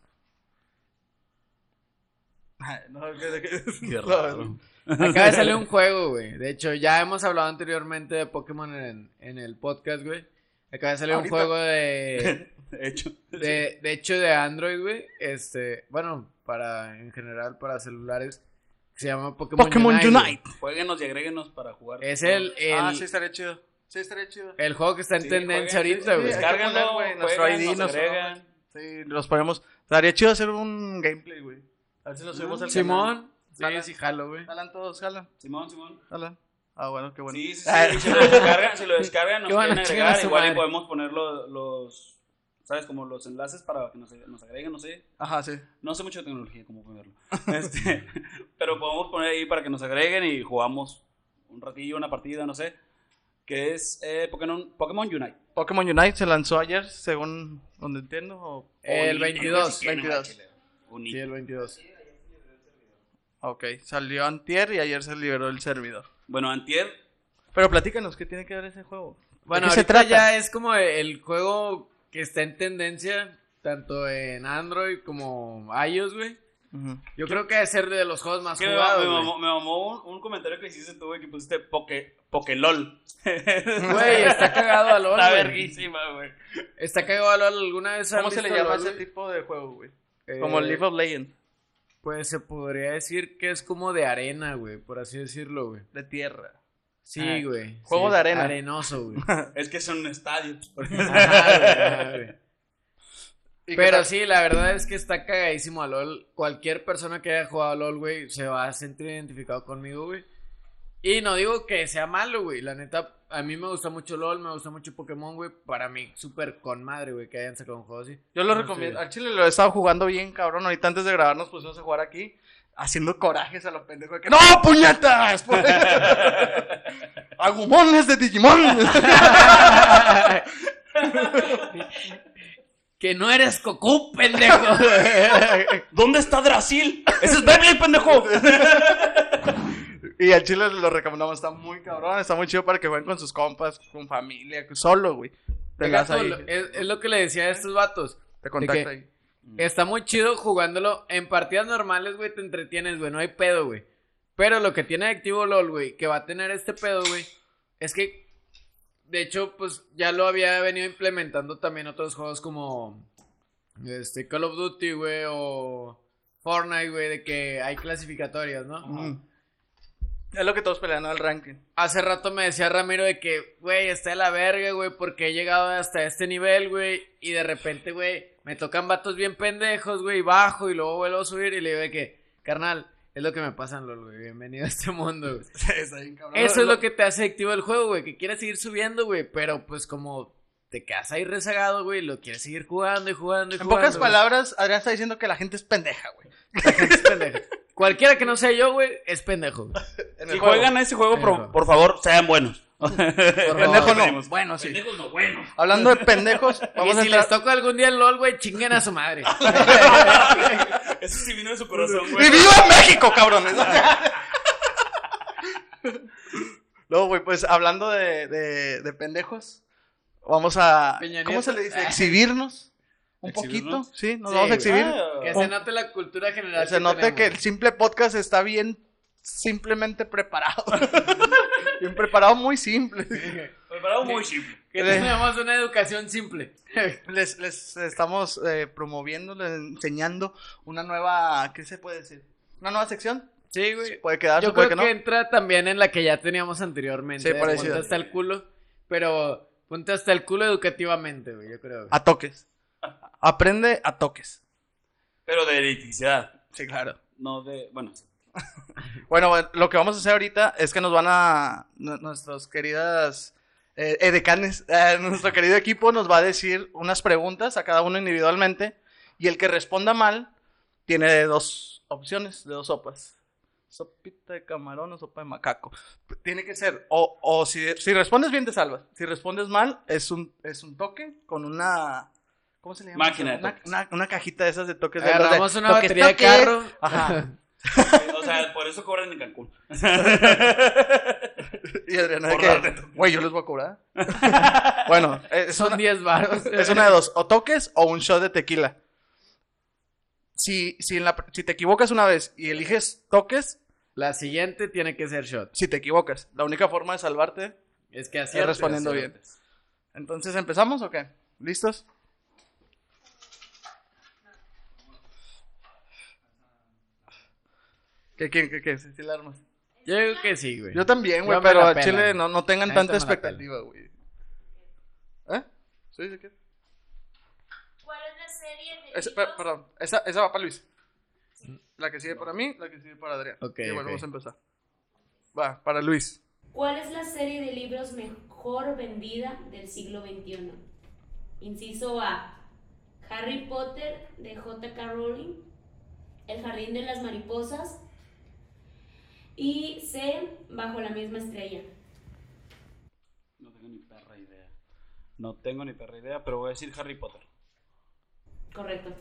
S2: Ah,
S1: Ay, No, que- que-
S3: Qué
S1: no,
S3: raro.
S2: Acaba de salir un juego, güey. De hecho, ya hemos hablado anteriormente de Pokémon en, en el podcast, güey. Acaba de salir
S1: Ahorita.
S2: un juego de,
S3: De hecho.
S2: Eh, de. De hecho, de Android, güey. Este. Bueno, para. En general, para celulares. Se llama Pokémon,
S1: Pokémon
S2: Unite. güey.
S1: Unite.
S3: Jueguenos y agréguenos para jugar.
S2: Es el, el,
S1: Ah, sí, estaría chido. Sí, estaría chido.
S2: el juego que está en
S3: Sí,
S2: tendencia
S3: jueguen,
S2: ahorita,
S3: sí,
S2: güey.
S1: Descarga. Hay que
S3: Descárganlo,
S1: poner, güey, nuestro
S3: nuestro
S1: ID,
S3: ID, nos
S1: nuestro
S3: agregan.
S1: Sí, los ponemos. Estaría chido hacer un gameplay, güey. A ver si lo subimos al canal.
S2: Simón. Sí,
S1: Jala.
S2: sí, jalo, güey.
S1: Jalan todos, jalan,
S3: Simón, Simón.
S1: jalan. Ah, bueno, qué bueno.
S3: Sí, sí, sí. Si lo descargan, si lo descargan, nos
S2: Qué bueno,
S3: quieren
S2: chingan a
S3: agregar.
S2: su
S3: Igual y
S2: madre.
S3: podemos poner los, los- ¿Sabes? Como los enlaces para que nos, nos agreguen, no sé.
S1: Ajá, sí.
S3: No sé mucho de tecnología, como pueden verlo. Este, pero podemos poner ahí para que nos agreguen y jugamos un ratillo, una partida, no sé. Que es eh, Pokémon, Pokémon Unite.
S1: Pokémon Unite se lanzó ayer, según donde entiendo. O...
S2: El
S3: Unite,
S2: 22,
S3: no sé qué, no
S1: 22.
S3: manches,
S2: Sí,
S3: Unite.
S2: el 22.
S1: ah, Ok, salió antier y ayer se liberó el servidor.
S3: Bueno, Antier.
S1: Pero platícanos, ¿qué tiene que ver ese juego?
S2: Bueno,
S1: ¿De qué se
S2: ahorita
S1: trata?
S2: ya es como el juego que está en tendencia, tanto en Android como iOS, güey.
S1: Ujú.
S2: Yo creo que debe ser de los juegos más
S3: que me, me
S2: jugados,
S3: mamó, me mamó un, un comentario que hiciste tú, güey, que pusiste Poké, Pokélol.
S2: güey. Güey, está cagado a LOL,
S3: Está
S2: güey.
S3: verguísima, güey.
S2: Está cagado a LOL. ¿Alguna vez
S1: ¿Cómo
S2: han
S1: se le
S2: visto
S1: llama a
S2: LOL,
S1: ese
S2: güey?
S1: tipo de juego, güey?
S2: Eh,
S1: Como League of Legends,
S2: Pues se podría decir que es como de arena, güey, por así decirlo, güey.
S1: de tierra. Ah,
S2: Sí, güey.
S1: juego
S2: sí,
S1: de arena.
S2: Arenoso, güey.
S3: Es que es un estadio.
S2: Ajá, güey, ajá, güey.
S1: ¿Y qué
S2: Pero
S1: tal?
S2: sí, la verdad es que está cagadísimo a LOL. Cualquier persona que haya jugado a LOL, güey, se va a sentir identificado conmigo, güey. Y no digo que sea malo, güey. La neta, a mí me gusta mucho LOL, me gusta mucho Pokémon, güey. Para mí, súper con madre, güey, que hayan sacado un juego así.
S1: Yo lo
S2: No,
S1: recomiendo.
S2: sí.
S1: Al chile lo he estado jugando bien, cabrón. Ahorita antes de grabar nos pusimos a jugar aquí, haciendo corajes a los pendejos. de Que, ¡No, puñetas! pues". ¡Agumones de Digimon!
S2: que no eres Goku, pendejo.
S3: ¿Dónde está Drasil? ¡Ese es Beyblade, pendejo!
S1: y al chile lo recomendamos. Está muy cabrón. Está muy chido para que jueguen con sus compas, con familia, solo, güey. Te
S2: Deja
S1: las
S2: tú,
S1: ahí.
S2: lo- es, es lo que le decía a estos vatos.
S1: Te contacta ahí.
S2: Está muy chido jugándolo. En partidas normales, güey, te entretienes, güey. No hay pedo, güey. Pero lo que tiene activo LOL, güey, que va a tener este pedo, güey, es que, de hecho, pues ya lo había venido implementando también otros juegos como este Call of Duty, güey, o Fortnite, güey, de que hay clasificatorias, ¿no?
S1: Ujú. Es lo que todos peleando al ranking.
S2: Hace rato me decía Ramiro de que, güey, está de la verga, güey, porque he llegado hasta este nivel, güey, y de repente, güey, me tocan vatos bien pendejos, güey, y bajo y luego vuelvo a subir y le digo de que, carnal, es lo que me pasa en LOL, güey, bienvenido a este mundo, güey.
S1: Está bien cabrón.
S2: Eso es lo que te hace activo el juego, güey, que quieres seguir subiendo, güey, pero pues como te quedas ahí rezagado, güey, lo quieres seguir jugando y jugando y
S1: En
S2: jugando.
S1: pocas
S2: güey.
S1: palabras, Adrián está diciendo que la gente es pendeja, güey.
S2: La gente es pendeja. Cualquiera que no sea yo, güey, es pendejo. güey.
S1: En el
S3: Si
S1: juego.
S3: juegan a ese juego,
S2: En el
S3: por,
S2: juego.
S3: por favor, sean buenos.
S1: Pendejo no.
S3: Pedimos.
S1: Bueno, sí.
S4: Pendejos no buenos.
S1: Hablando de pendejos,
S2: Y
S1: vamos a
S2: si les
S1: entrar...
S2: toco algún día el LOL, güey, chinguen a su madre.
S3: Eso sí vino de su corazón,
S1: ¡Y
S3: güey.
S1: viva México, cabrones! Luego, güey, pues hablando de, de- de pendejos, vamos a.
S2: Peña
S1: ¿Cómo
S2: Nieto.
S1: se le dice? Exhibirnos un
S3: ¿Exhibirnos?
S1: poquito. Sí, nos vamos
S2: Sí,
S1: a
S2: güey.
S1: exhibir.
S3: Ah,
S2: Que se note la cultura general.
S1: se note que el
S2: tenemos.
S1: simple podcast está bien, simplemente preparado. bien preparado, muy simple.
S3: Preparado muy simple.
S2: Que tenemos una educación simple.
S1: Les, les estamos eh, promoviendo, les enseñando una nueva. ¿Qué se puede decir? ¿Una nueva sección?
S2: Sí, güey.
S1: Puede quedarse,
S2: Yo
S1: puede
S2: creo
S1: que
S2: que,
S1: no.
S2: entra también en la que ya teníamos anteriormente.
S1: Sí,
S2: de
S1: parecido.
S2: Ponte hasta el culo. Pero ponte hasta el culo educativamente, güey, yo creo.
S1: A toques. Aprende a toques.
S3: Pero de electricidad.
S1: Sí, claro.
S3: No de. Bueno.
S1: Bueno, bueno, lo que vamos a hacer ahorita es que nos van a. nu- Nuestros queridas. eh, edecanes, eh, nuestro querido equipo nos va a decir unas preguntas a cada uno individualmente. Y el que responda mal tiene dos opciones, de dos sopas: sopita de camarón o sopa de macaco. Tiene que ser, o, o si, si respondes bien, te salvas. Si respondes mal, es un, es un toque con una. ¿Cómo se le llama?
S3: Máquina de
S1: Una,
S3: toques.
S1: una, una cajita de esas de toques de
S2: Agarramos
S1: de-
S2: una
S1: toques,
S2: batería de
S1: toques.
S2: carro.
S1: Ajá.
S3: O sea, por eso cobran en Cancún.
S1: Y Adriana, de
S3: Por
S1: que,
S3: darte toques.
S1: güey, yo les voy a cobrar. bueno, eh, es
S2: Son
S1: una,
S2: 10 baros.
S1: es una de dos. O toques o un shot de tequila. Si, si, en la, si te equivocas una vez y eliges toques,
S2: La siguiente tiene que ser shot.
S1: si te equivocas. La única forma de salvarte.
S2: Es que así
S1: Y respondiendo bien. Entonces, ¿empezamos o qué? ¿Listos? ¿Qué, quién, qué, qué? Si- si la armas.
S2: Yo digo que sí, güey.
S1: Yo también, güey,
S2: Yo me
S1: pero
S2: la
S1: a
S2: pela.
S1: Chile no, no tengan
S2: Ahí
S1: tanta
S2: está, me la pela.
S1: expectativa, güey. ¿Eh? ¿Sí? ¿Sí? ¿Qué?
S4: ¿Cuál es la serie de
S1: Esa-
S4: libros?
S1: per- perdón, esa, esa va para Luis. La que sigue para mí, la que sigue para Adrián.
S2: Ok,
S1: y
S2: ok.
S1: volvemos a empezar. Va, para Luis.
S4: ¿Cuál es la serie de libros mejor vendida del siglo XXI? Inciso A. Harry Potter de J.K. Rowling. El Jardín de las Mariposas. Y C. Bajo la misma estrella.
S3: No tengo ni perra idea. No tengo ni perra idea, pero voy a decir Harry Potter.
S4: Correcto.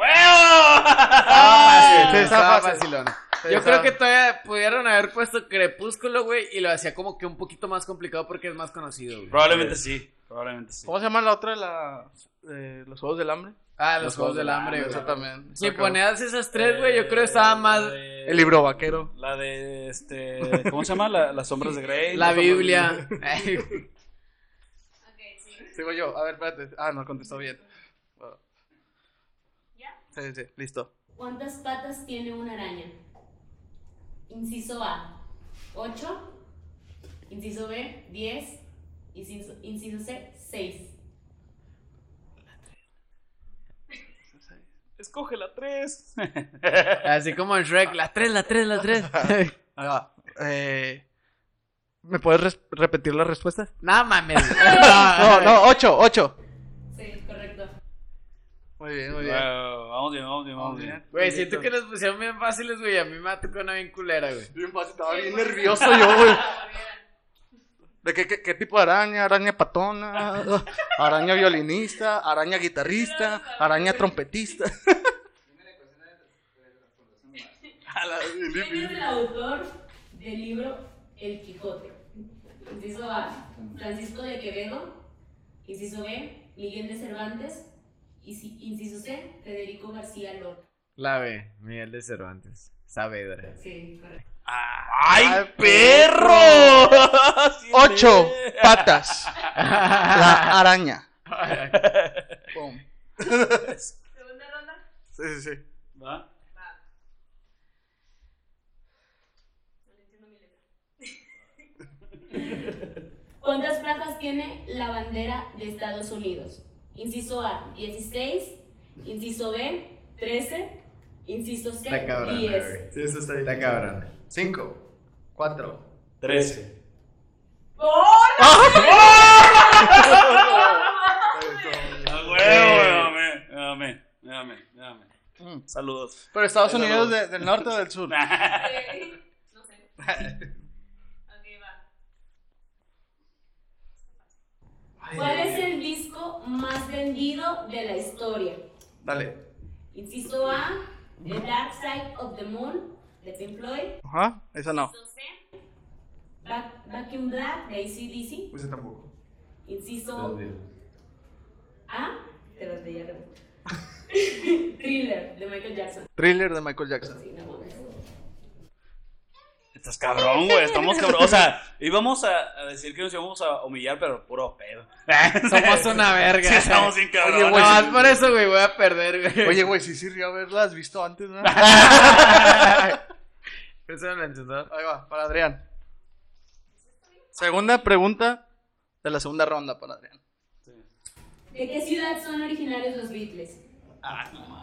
S1: Ah,
S2: Sí,
S1: sí,
S2: estaba
S1: estaba fácil.
S2: facilona.
S1: Sí,
S2: Yo
S1: estaba-
S2: creo que todavía pudieron haber puesto Crepúsculo, güey, y lo hacía como que un poquito más complicado porque es más conocido, güey.
S3: Probablemente sí. Probablemente sí.
S1: ¿Cómo se llama la otra de la, eh, los Juegos del Hambre?
S2: Ah, los, Juegos del Hambre,
S1: Esa
S2: güey.
S1: también.
S2: Si
S1: Está
S2: ponías esas tres, güey, yo creo que estaba más
S3: Eh, La de-
S1: El libro vaquero.
S3: La de este. ¿Cómo se llama? La- las sombras de Grey.
S2: la
S3: Las sombras de-
S2: Biblia.
S1: cabrón. Sigo yo. A ver, espérate. Ah, no, contestó bien. Va.
S4: ¿Ya?
S1: Sí, sí, listo.
S4: ¿Cuántas patas tiene una araña? Inciso A. 8. Inciso B. 10. Inciso, inciso C. 6.
S3: Escoge la 3.
S2: Así como en Shrek, las tres, las tres, las tres.
S1: Ahí va. Eh, ¿Me puedes res- repetir las respuestas?
S2: Nada mames.
S1: No, no, ocho, ocho.
S4: Sí, correcto.
S1: Muy bien, muy bien.
S3: Vamos bien, vamos bien, vamos bien.
S2: Güey, siento que las pusieron bien fáciles, güey. A mí me tocó una bien culera, güey.
S1: Estaba bien nervioso yo, güey. ¿De qué, qué- qué tipo de araña? ¿Araña patona? ¿Araña violinista? ¿Araña guitarrista? ¿Araña trompetista? A la-
S4: ¿Quién es el autor del libro El Quijote? Inciso A. Francisco de Quevedo. Inciso B. Miguel de Cervantes. Inci- Inciso C. Federico García Lorca.
S2: La B, Miguel de Cervantes. Saavedra.
S4: Sí, correcto.
S3: ¡Ay, perro! Sí,
S1: Ocho
S3: sí.
S1: patas. La araña. Pum.
S4: Segunda ronda.
S1: Sí, sí, sí.
S3: ¿Va?
S4: ¿Cuántas placas tiene la bandera de Estados Unidos? Inciso A. 16. Inciso B. 13. Inciso C.
S2: Está cabrón,
S4: 10.
S2: güey. Está cabrón.
S1: Cinco. Cuatro.
S3: 13. ¡A Ah, huevo! Dame, dame, dame, dame.
S1: Mm.
S3: Saludos.
S1: Pero Estados
S3: Eso
S1: Unidos
S3: no.
S1: de- del norte o del sur.
S4: No sé. Ok, va. ¿Cuál es el disco más vendido de la historia?
S1: Dale.
S4: Inciso A, The Dark Side of the Moon, de Pink Floyd.
S1: Ajá, esa no.
S4: Inciso C, Back, Back in Black, de ACDC.
S1: Esa tampoco.
S4: Inciso A, te las veía re- Thriller, de Michael Jackson.
S1: Thriller de Michael Jackson.
S4: Sí, no mames.
S3: Estás cabrón, güey. Estamos cabrón. O sea, íbamos a, a decir que nos íbamos a humillar, pero puro pedo.
S2: Somos una verga.
S3: Sí, estamos bien cabrones.
S2: Oye, güey, nomás por eso, güey, voy a perder, güey.
S1: Oye, güey, sí sirvió haberlas visto antes, ¿no?
S2: Eso no lo entendí.
S1: Ahí va, para Adrián. Segunda pregunta de la segunda ronda para Adrián.
S4: ¿De qué ciudad son originarios los Beatles?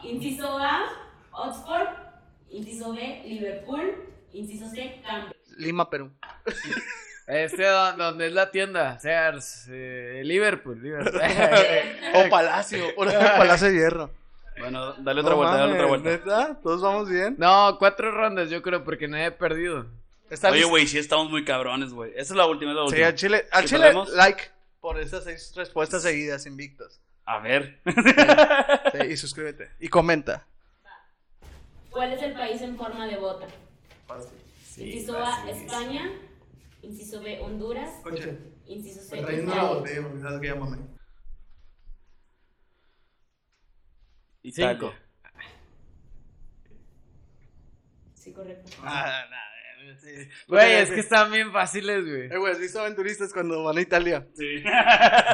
S4: Inciso A, Oxford. Inciso B, Liverpool. Inciso C, Cambridge.
S1: Lima, Perú.
S2: Este, don- donde es la tienda? Sears, eh, Liverpool, Liverpool.
S1: O Palacio, por Palacio de Hierro.
S3: Bueno, dale otra vuelta, dale otra vuelta.
S1: ¿Neta? ¿Todos vamos bien?
S2: no, cuatro rondas, yo creo, porque nadie ha perdido.
S1: Está
S3: Oye,
S1: listo.
S3: güey, pues, sí estamos muy cabrones, güey. Esa es la última, es la
S1: Sí,
S3: última.
S1: al Chile, al
S3: ¿Que
S1: Chile,
S3: perdemos?
S1: like por esas seis respuestas seguidas, invictos.
S3: A ver.
S1: Sí, y suscríbete. Y comenta.
S4: ¿Cuál es el país en forma de bota? Inciso A, España. Inciso B, Honduras. Inciso C, Italia.
S3: Italia.
S4: Sí, correcto.
S1: Ah, nah, sí.
S2: Güey, es que están bien fáciles, güey.
S1: Eh, güey, ¿has visto aventuristas cuando van a Italia?
S3: Sí.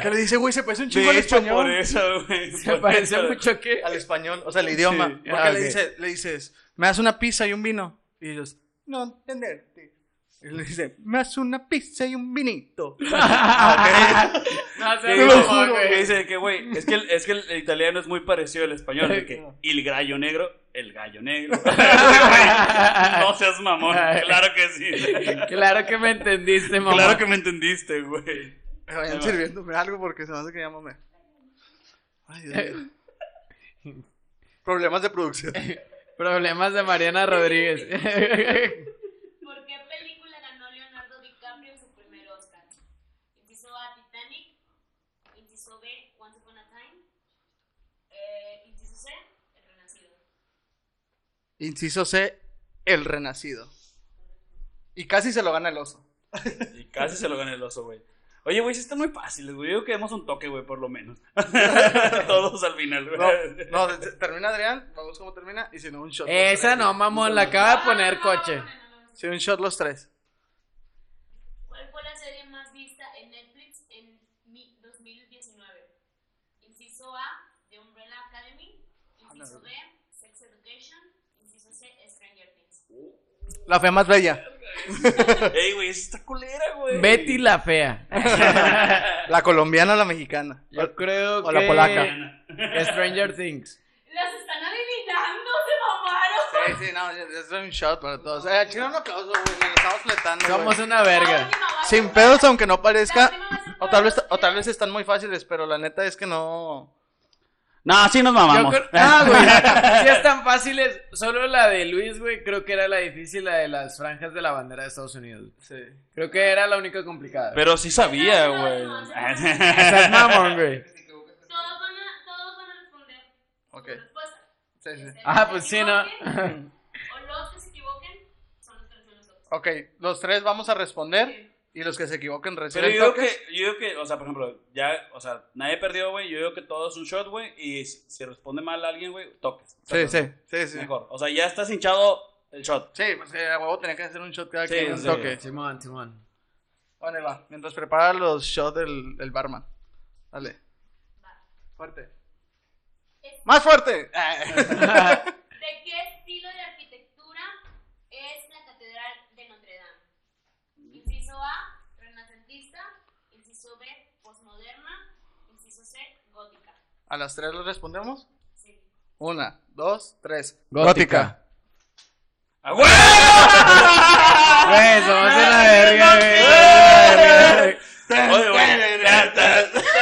S1: Que le dice, güey, se parece un chingo al
S3: De hecho,
S1: español.
S3: por eso, güey.
S2: Se
S3: por
S2: parece
S3: eso.
S2: mucho que...
S1: Al español, o sea, el idioma.
S3: Sí.
S1: Porque
S2: Ah,
S1: le,
S2: ok.
S1: dice- le dices, ¿me das una pizza y un vino? Y ellos, no, entenderte. Y le dice, ¿me das una pizza y un vinito?
S3: Ah, ok.
S2: No,
S3: Sí,
S1: Te lo
S3: güey,
S2: no,
S1: juro,
S3: que
S2: güey.
S3: dice que, güey, es que, el, es que el italiano es muy parecido al español. De que el gallo negro, el gallo negro. Güey, no seas mamón, claro que sí.
S2: Claro que me entendiste, mamá.
S3: Claro que me entendiste, güey.
S1: Me vayan
S3: Ahí va.
S1: sirviéndome algo porque se me hace que llámame. Ay, Dios mío. Problemas de producción.
S2: Problemas de Mariana Rodríguez.
S4: ¿Por qué película ganó Leonardo DiCaprio su primer Oscar? Inciso A, Titanic. Inciso B, Once Upon a Time. Eh, inciso C, El Renacido.
S1: Inciso C, el renacido. Y casi se lo gana el oso.
S3: Y casi se lo gana el oso, güey. Oye, güey, sí están muy fáciles, güey. Yo creo que demos un toque, güey, por lo menos. Todos al final, güey.
S1: No, no, te- te- termina Adrián, vamos cómo termina, y si no, un shot. los
S2: Esa
S1: tres.
S2: no, mamón, la acaba
S4: Ah,
S2: de poner coche.
S1: Si un shot los tres.
S4: ¿Cuál fue la serie más vista en Netflix en mi- 2019? Inciso A, The Umbrella Academy. Inciso B, Sex Education. Inciso C, Stranger Things.
S1: La fe más bella.
S3: Ey, güey, esa está culera, güey.
S2: Betty la fea.
S1: La colombiana o la mexicana.
S2: Yo creo
S1: o
S2: que...
S1: la polaca.
S2: Stranger Things.
S4: ¡Las están adivinando! ¡Se mamaron!
S1: Sí, sí, no, ya- ya es un shot para todos. Eh, chile, un aplauso, güey, nos lo estamos fletando.
S2: Somos
S1: güey.
S2: una verga.
S1: Sin pedos, aunque no parezca. O tal, vez, o tal vez están muy fáciles, pero la neta es que no.
S3: No, sí nos
S2: Yo
S3: mamamos.
S2: creo- Ah, güey. Si es tan fáciles, solo la de Luis, güey, creo que era la difícil, la de las franjas de la bandera de Estados Unidos.
S1: Sí.
S2: Creo que era la única complicada.
S3: Pero sí sabía,
S4: No, no,
S3: güey.
S4: no, no.
S2: Estás mamón, güey.
S4: Todos van a, todos van a responder.
S1: Ok.
S4: su respuesta.
S1: Sí, sí.
S2: Ah, pues sí, ¿no?
S4: O los que se equivoquen son los que son los otros.
S1: Ok, los tres vamos a responder. Y los que se equivoquen
S3: Pero
S1: reciben
S3: yo digo, que,
S1: toques.
S3: yo digo que, o sea, por ejemplo, ya, o sea, nadie perdió, güey. Yo digo que todo es un shot, güey. Y si si responde mal alguien, güey, toques. O sea,
S1: Sí, sí, sí, sí.
S3: Mejor. O sea, ya estás hinchado el shot.
S1: Sí, pues eh, a huevo tenía que hacer un shot cada
S3: Sí,
S1: quien. Un
S3: sí.
S1: toque.
S2: Simón, Simón.
S1: Vale, va. Mientras prepara los shots del, del barman. Dale. Fuerte. ¡Más fuerte!
S4: ¿De qué estilo de arquitectura es la Catedral de Notre Dame? Inciso A, renacentista. Inciso B, posmoderna. Inciso C, gótica.
S1: A las tres los respondemos.
S4: Sí.
S1: Una, dos, tres.
S2: Gótica.
S3: ¡A huevo!
S2: Güey, somos una verga, güey.
S3: Oye, güey. ya,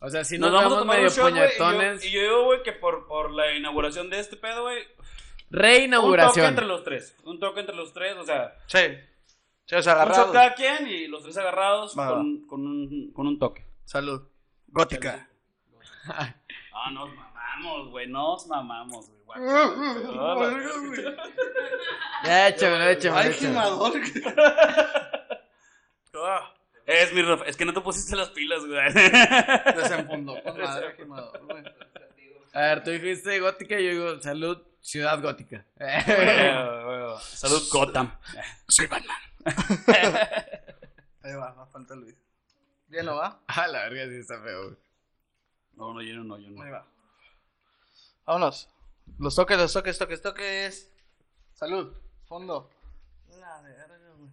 S2: O sea, si
S3: nos
S2: nos,
S3: vamos a
S2: damos
S3: tomar un
S2: medio
S3: shot, güey, y yo-
S2: puñetones.
S3: Y yo digo, güey, que por, por la inauguración de este pedo, güey. Un toque
S2: Reinauguración.
S3: entre los tres. Un toque entre los tres, o sea.
S1: Sí. Sí, o sea,
S3: Un shot
S1: agarrado.
S3: cada quien y los tres agarrados
S1: Va,
S3: con, con, un, con un toque.
S1: Salud. Gótica.
S3: Ah, nos mamamos, güey. Nos mamamos, güey. guácala, güey. No, no, güey.
S2: Ya, échamelo, échamelo,
S1: Ay,
S2: échamelo.
S1: quemador.
S3: Ah, Es mi ref- es que no te pusiste las pilas, güey.
S1: Desenfundó con madre quemador, güey.
S2: A ver, tú dijiste gótica y yo digo, salud, ciudad gótica.
S3: Bueno, bueno. Salud, Gotham. Soy Batman.
S1: Ahí va, más falta Luis. Bien, ¿lo va?
S2: A la verga, sí está feo, güey.
S3: No, no, yo no, no, yo no.
S1: Ahí va. Vámonos. Los toques, los toques, toques, toques. Salud. Fondo. La verga, güey.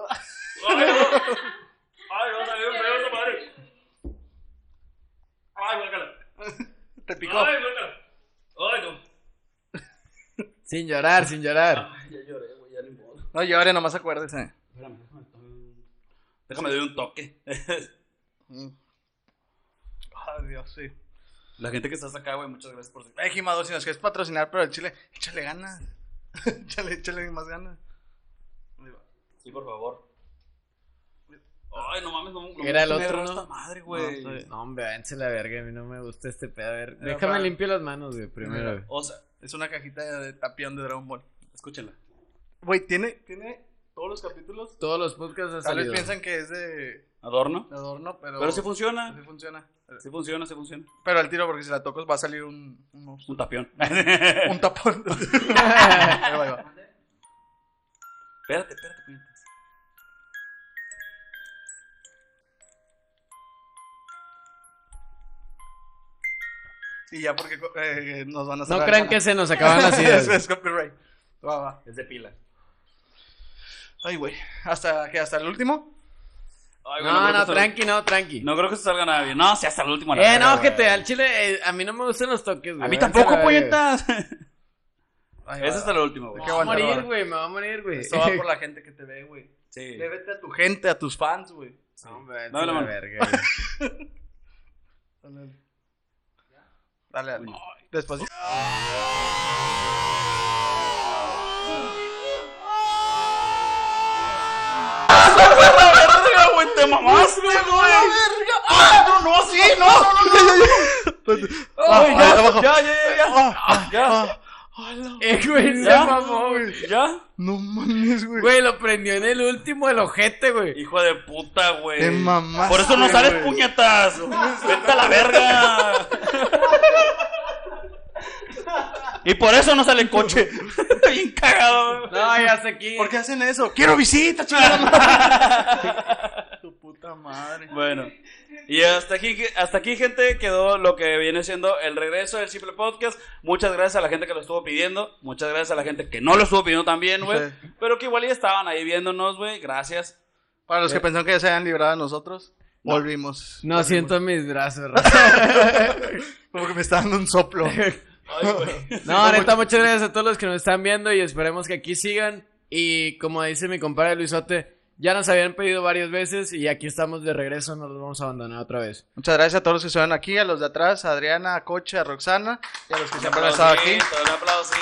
S3: Ay, no. Ay, no, salió feo esa madre. Ay, guácala.
S1: Te picó.
S3: Ay, guácala. Ay, no.
S2: Sin llorar, sin llorar.
S3: Ay, ya lloré, güey, ya ni modo.
S1: No llore, nomás acuérdese.
S3: Espérame, déjame tomar un- Déjame doy un toque.
S1: Mm. Ay, Dios, sí.
S3: La gente que estás acá, güey, muchas gracias por seguir.
S1: Eh, Jimador, si nos quieres patrocinar, pero el chile, échale ganas. échale, échale más ganas. Ahí va.
S3: Sí, por favor. Ay, no mames, no, no
S2: Era el
S3: me
S2: otro,
S3: agarró
S2: ¿no?
S3: esta madre, güey.
S1: No, estoy-
S2: No, hombre, váyanse la verga, a mí no me gusta este pedo. A ver,
S1: Pero
S2: déjame
S1: para-
S2: limpio las manos, güey, primero. güey.
S3: o sea,
S1: Es una cajita de tapión de Dragon Ball.
S3: escúchala.
S1: Güey, tiene, tiene todos los capítulos.
S2: Todos los podcasts han
S1: Tal vez
S2: salido.
S1: piensan que es de
S3: Adorno.
S1: de adorno, pero.
S3: Pero sí
S1: sí
S3: funciona.
S1: funciona.
S3: Sí funciona, sí funciona.
S1: Pero al tiro, porque si la tocas va a salir un, un monstruo.
S3: Un tapión.
S1: Un tapón. Ahí va, ahí va.
S3: Espérate, espérate, cuñatas.
S1: Y ya porque eh, nos van a
S2: No
S1: cerrar
S2: crean
S1: el
S2: que
S1: canal.
S2: se nos acaban las ideas.
S1: es,
S2: güey.
S1: es copyright. Va, va.
S3: Es de pila.
S1: Ay, güey. ¿Hasta que ¿Hasta el último?
S3: Ay, güey,
S2: No,
S3: creo
S2: no,
S3: que
S2: tranqui, no, tranqui.
S3: sal- No creo que se salga nada bien. No, sea hasta el último. la
S2: Eh,
S3: verga,
S2: no,
S3: güey.
S2: gente, al chile, eh, a mí no me gustan los toques, güey.
S3: A mí
S2: váyanse
S3: tampoco,
S2: la verga.
S3: puñetas.
S1: Ahí va,
S3: Ese es
S1: va.
S3: hasta el último, güey.
S2: Me
S1: Qué
S2: voy a
S1: bueno,
S2: morir,
S1: bueno.
S2: güey, me voy a morir, güey.
S1: Eso va por la gente que te ve, güey.
S3: Sí.
S1: Débete a tu gente, a tus fans, güey.
S2: No, hombre, váyanse
S3: Dame la
S2: la
S3: mano.
S2: verga, güey.
S1: Dale, dale. dale.
S3: Bueno.
S1: Después.
S3: verga, güey, te mamaste, güey. Ah, no, no, sí, no,
S1: Ay, ya,
S3: no, no. ya, ya, ya,
S1: Ah,
S3: ya,
S1: ah, hola.
S2: Eh, güey, se
S3: ¿Ya?
S2: mamó, güey.
S3: ya, ya.
S1: No mames, güey.
S2: Güey, lo prendió en el último, el ojete, güey.
S3: Hijo de puta, güey.
S1: Te mamaste,
S3: Por eso no
S1: güey.
S3: sales puñetas. Vete a la verga. Y por eso no sale en coche. Bien cagado, güey.
S2: No, ya sé aquí.
S1: ¿Por qué hacen eso? Quiero visita, chingada. tu puta madre.
S3: Bueno, y hasta aquí, hasta aquí, gente, quedó lo que viene siendo el regreso del Simple Podcast. Muchas gracias a la gente que lo estuvo pidiendo. Muchas gracias a la gente que no lo estuvo pidiendo también, güey.
S1: Sí.
S3: Pero que igual ya estaban ahí viéndonos, güey. Gracias.
S1: Para los que pensaron que ya se habían librado de nosotros, volvimos.
S2: No
S1: Volvimos.
S2: siento mis brazos, raza.
S1: Como que me está dando un soplo.
S3: Ay, güey.
S2: No, neta, muchas gracias a todos los que nos están viendo y esperemos que aquí sigan. Y como dice mi compadre Luisote, ya nos habían pedido varias veces y aquí estamos de regreso, no los vamos a abandonar otra vez.
S1: Muchas gracias a todos los que estuvieron aquí, a los de atrás, a Adriana, a Coche, a Roxana y a los que
S3: Un
S1: siempre han estado aquí.
S3: aplausito, un aplausito.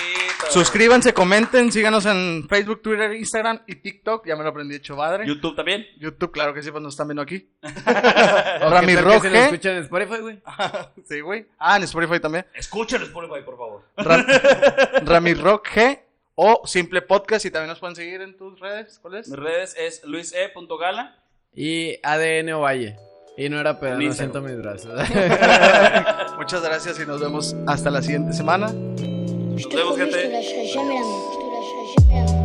S1: Suscríbanse, comenten, síganos en Facebook, Twitter, Instagram y TikTok. Ya me lo aprendí hecho madre.
S3: YouTube también.
S1: YouTube, claro que sí, pues nos están viendo aquí.
S2: O que
S1: Rami
S2: tal que se nos
S1: Roque.
S2: escuchan en Spotify, güey.
S1: sí, güey. Ah, en Spotify también.
S3: Escúchalo, Spotify, por favor.
S1: Ram Rock G o Simple Podcast y también nos pueden seguir en tus redes. ¿Cuál es?
S3: Mis redes es luise.gala.
S2: Y ADN Ovalle. Y no era pedo,
S3: En
S2: no
S3: Instagram.
S2: siento mis brazos.
S1: Muchas gracias y nos vemos hasta la siguiente semana.
S5: Je te
S3: Nos vemos,
S5: promets,
S3: gente.
S5: je te lâcherai jamais la main. Je te lâcherai jamais la main.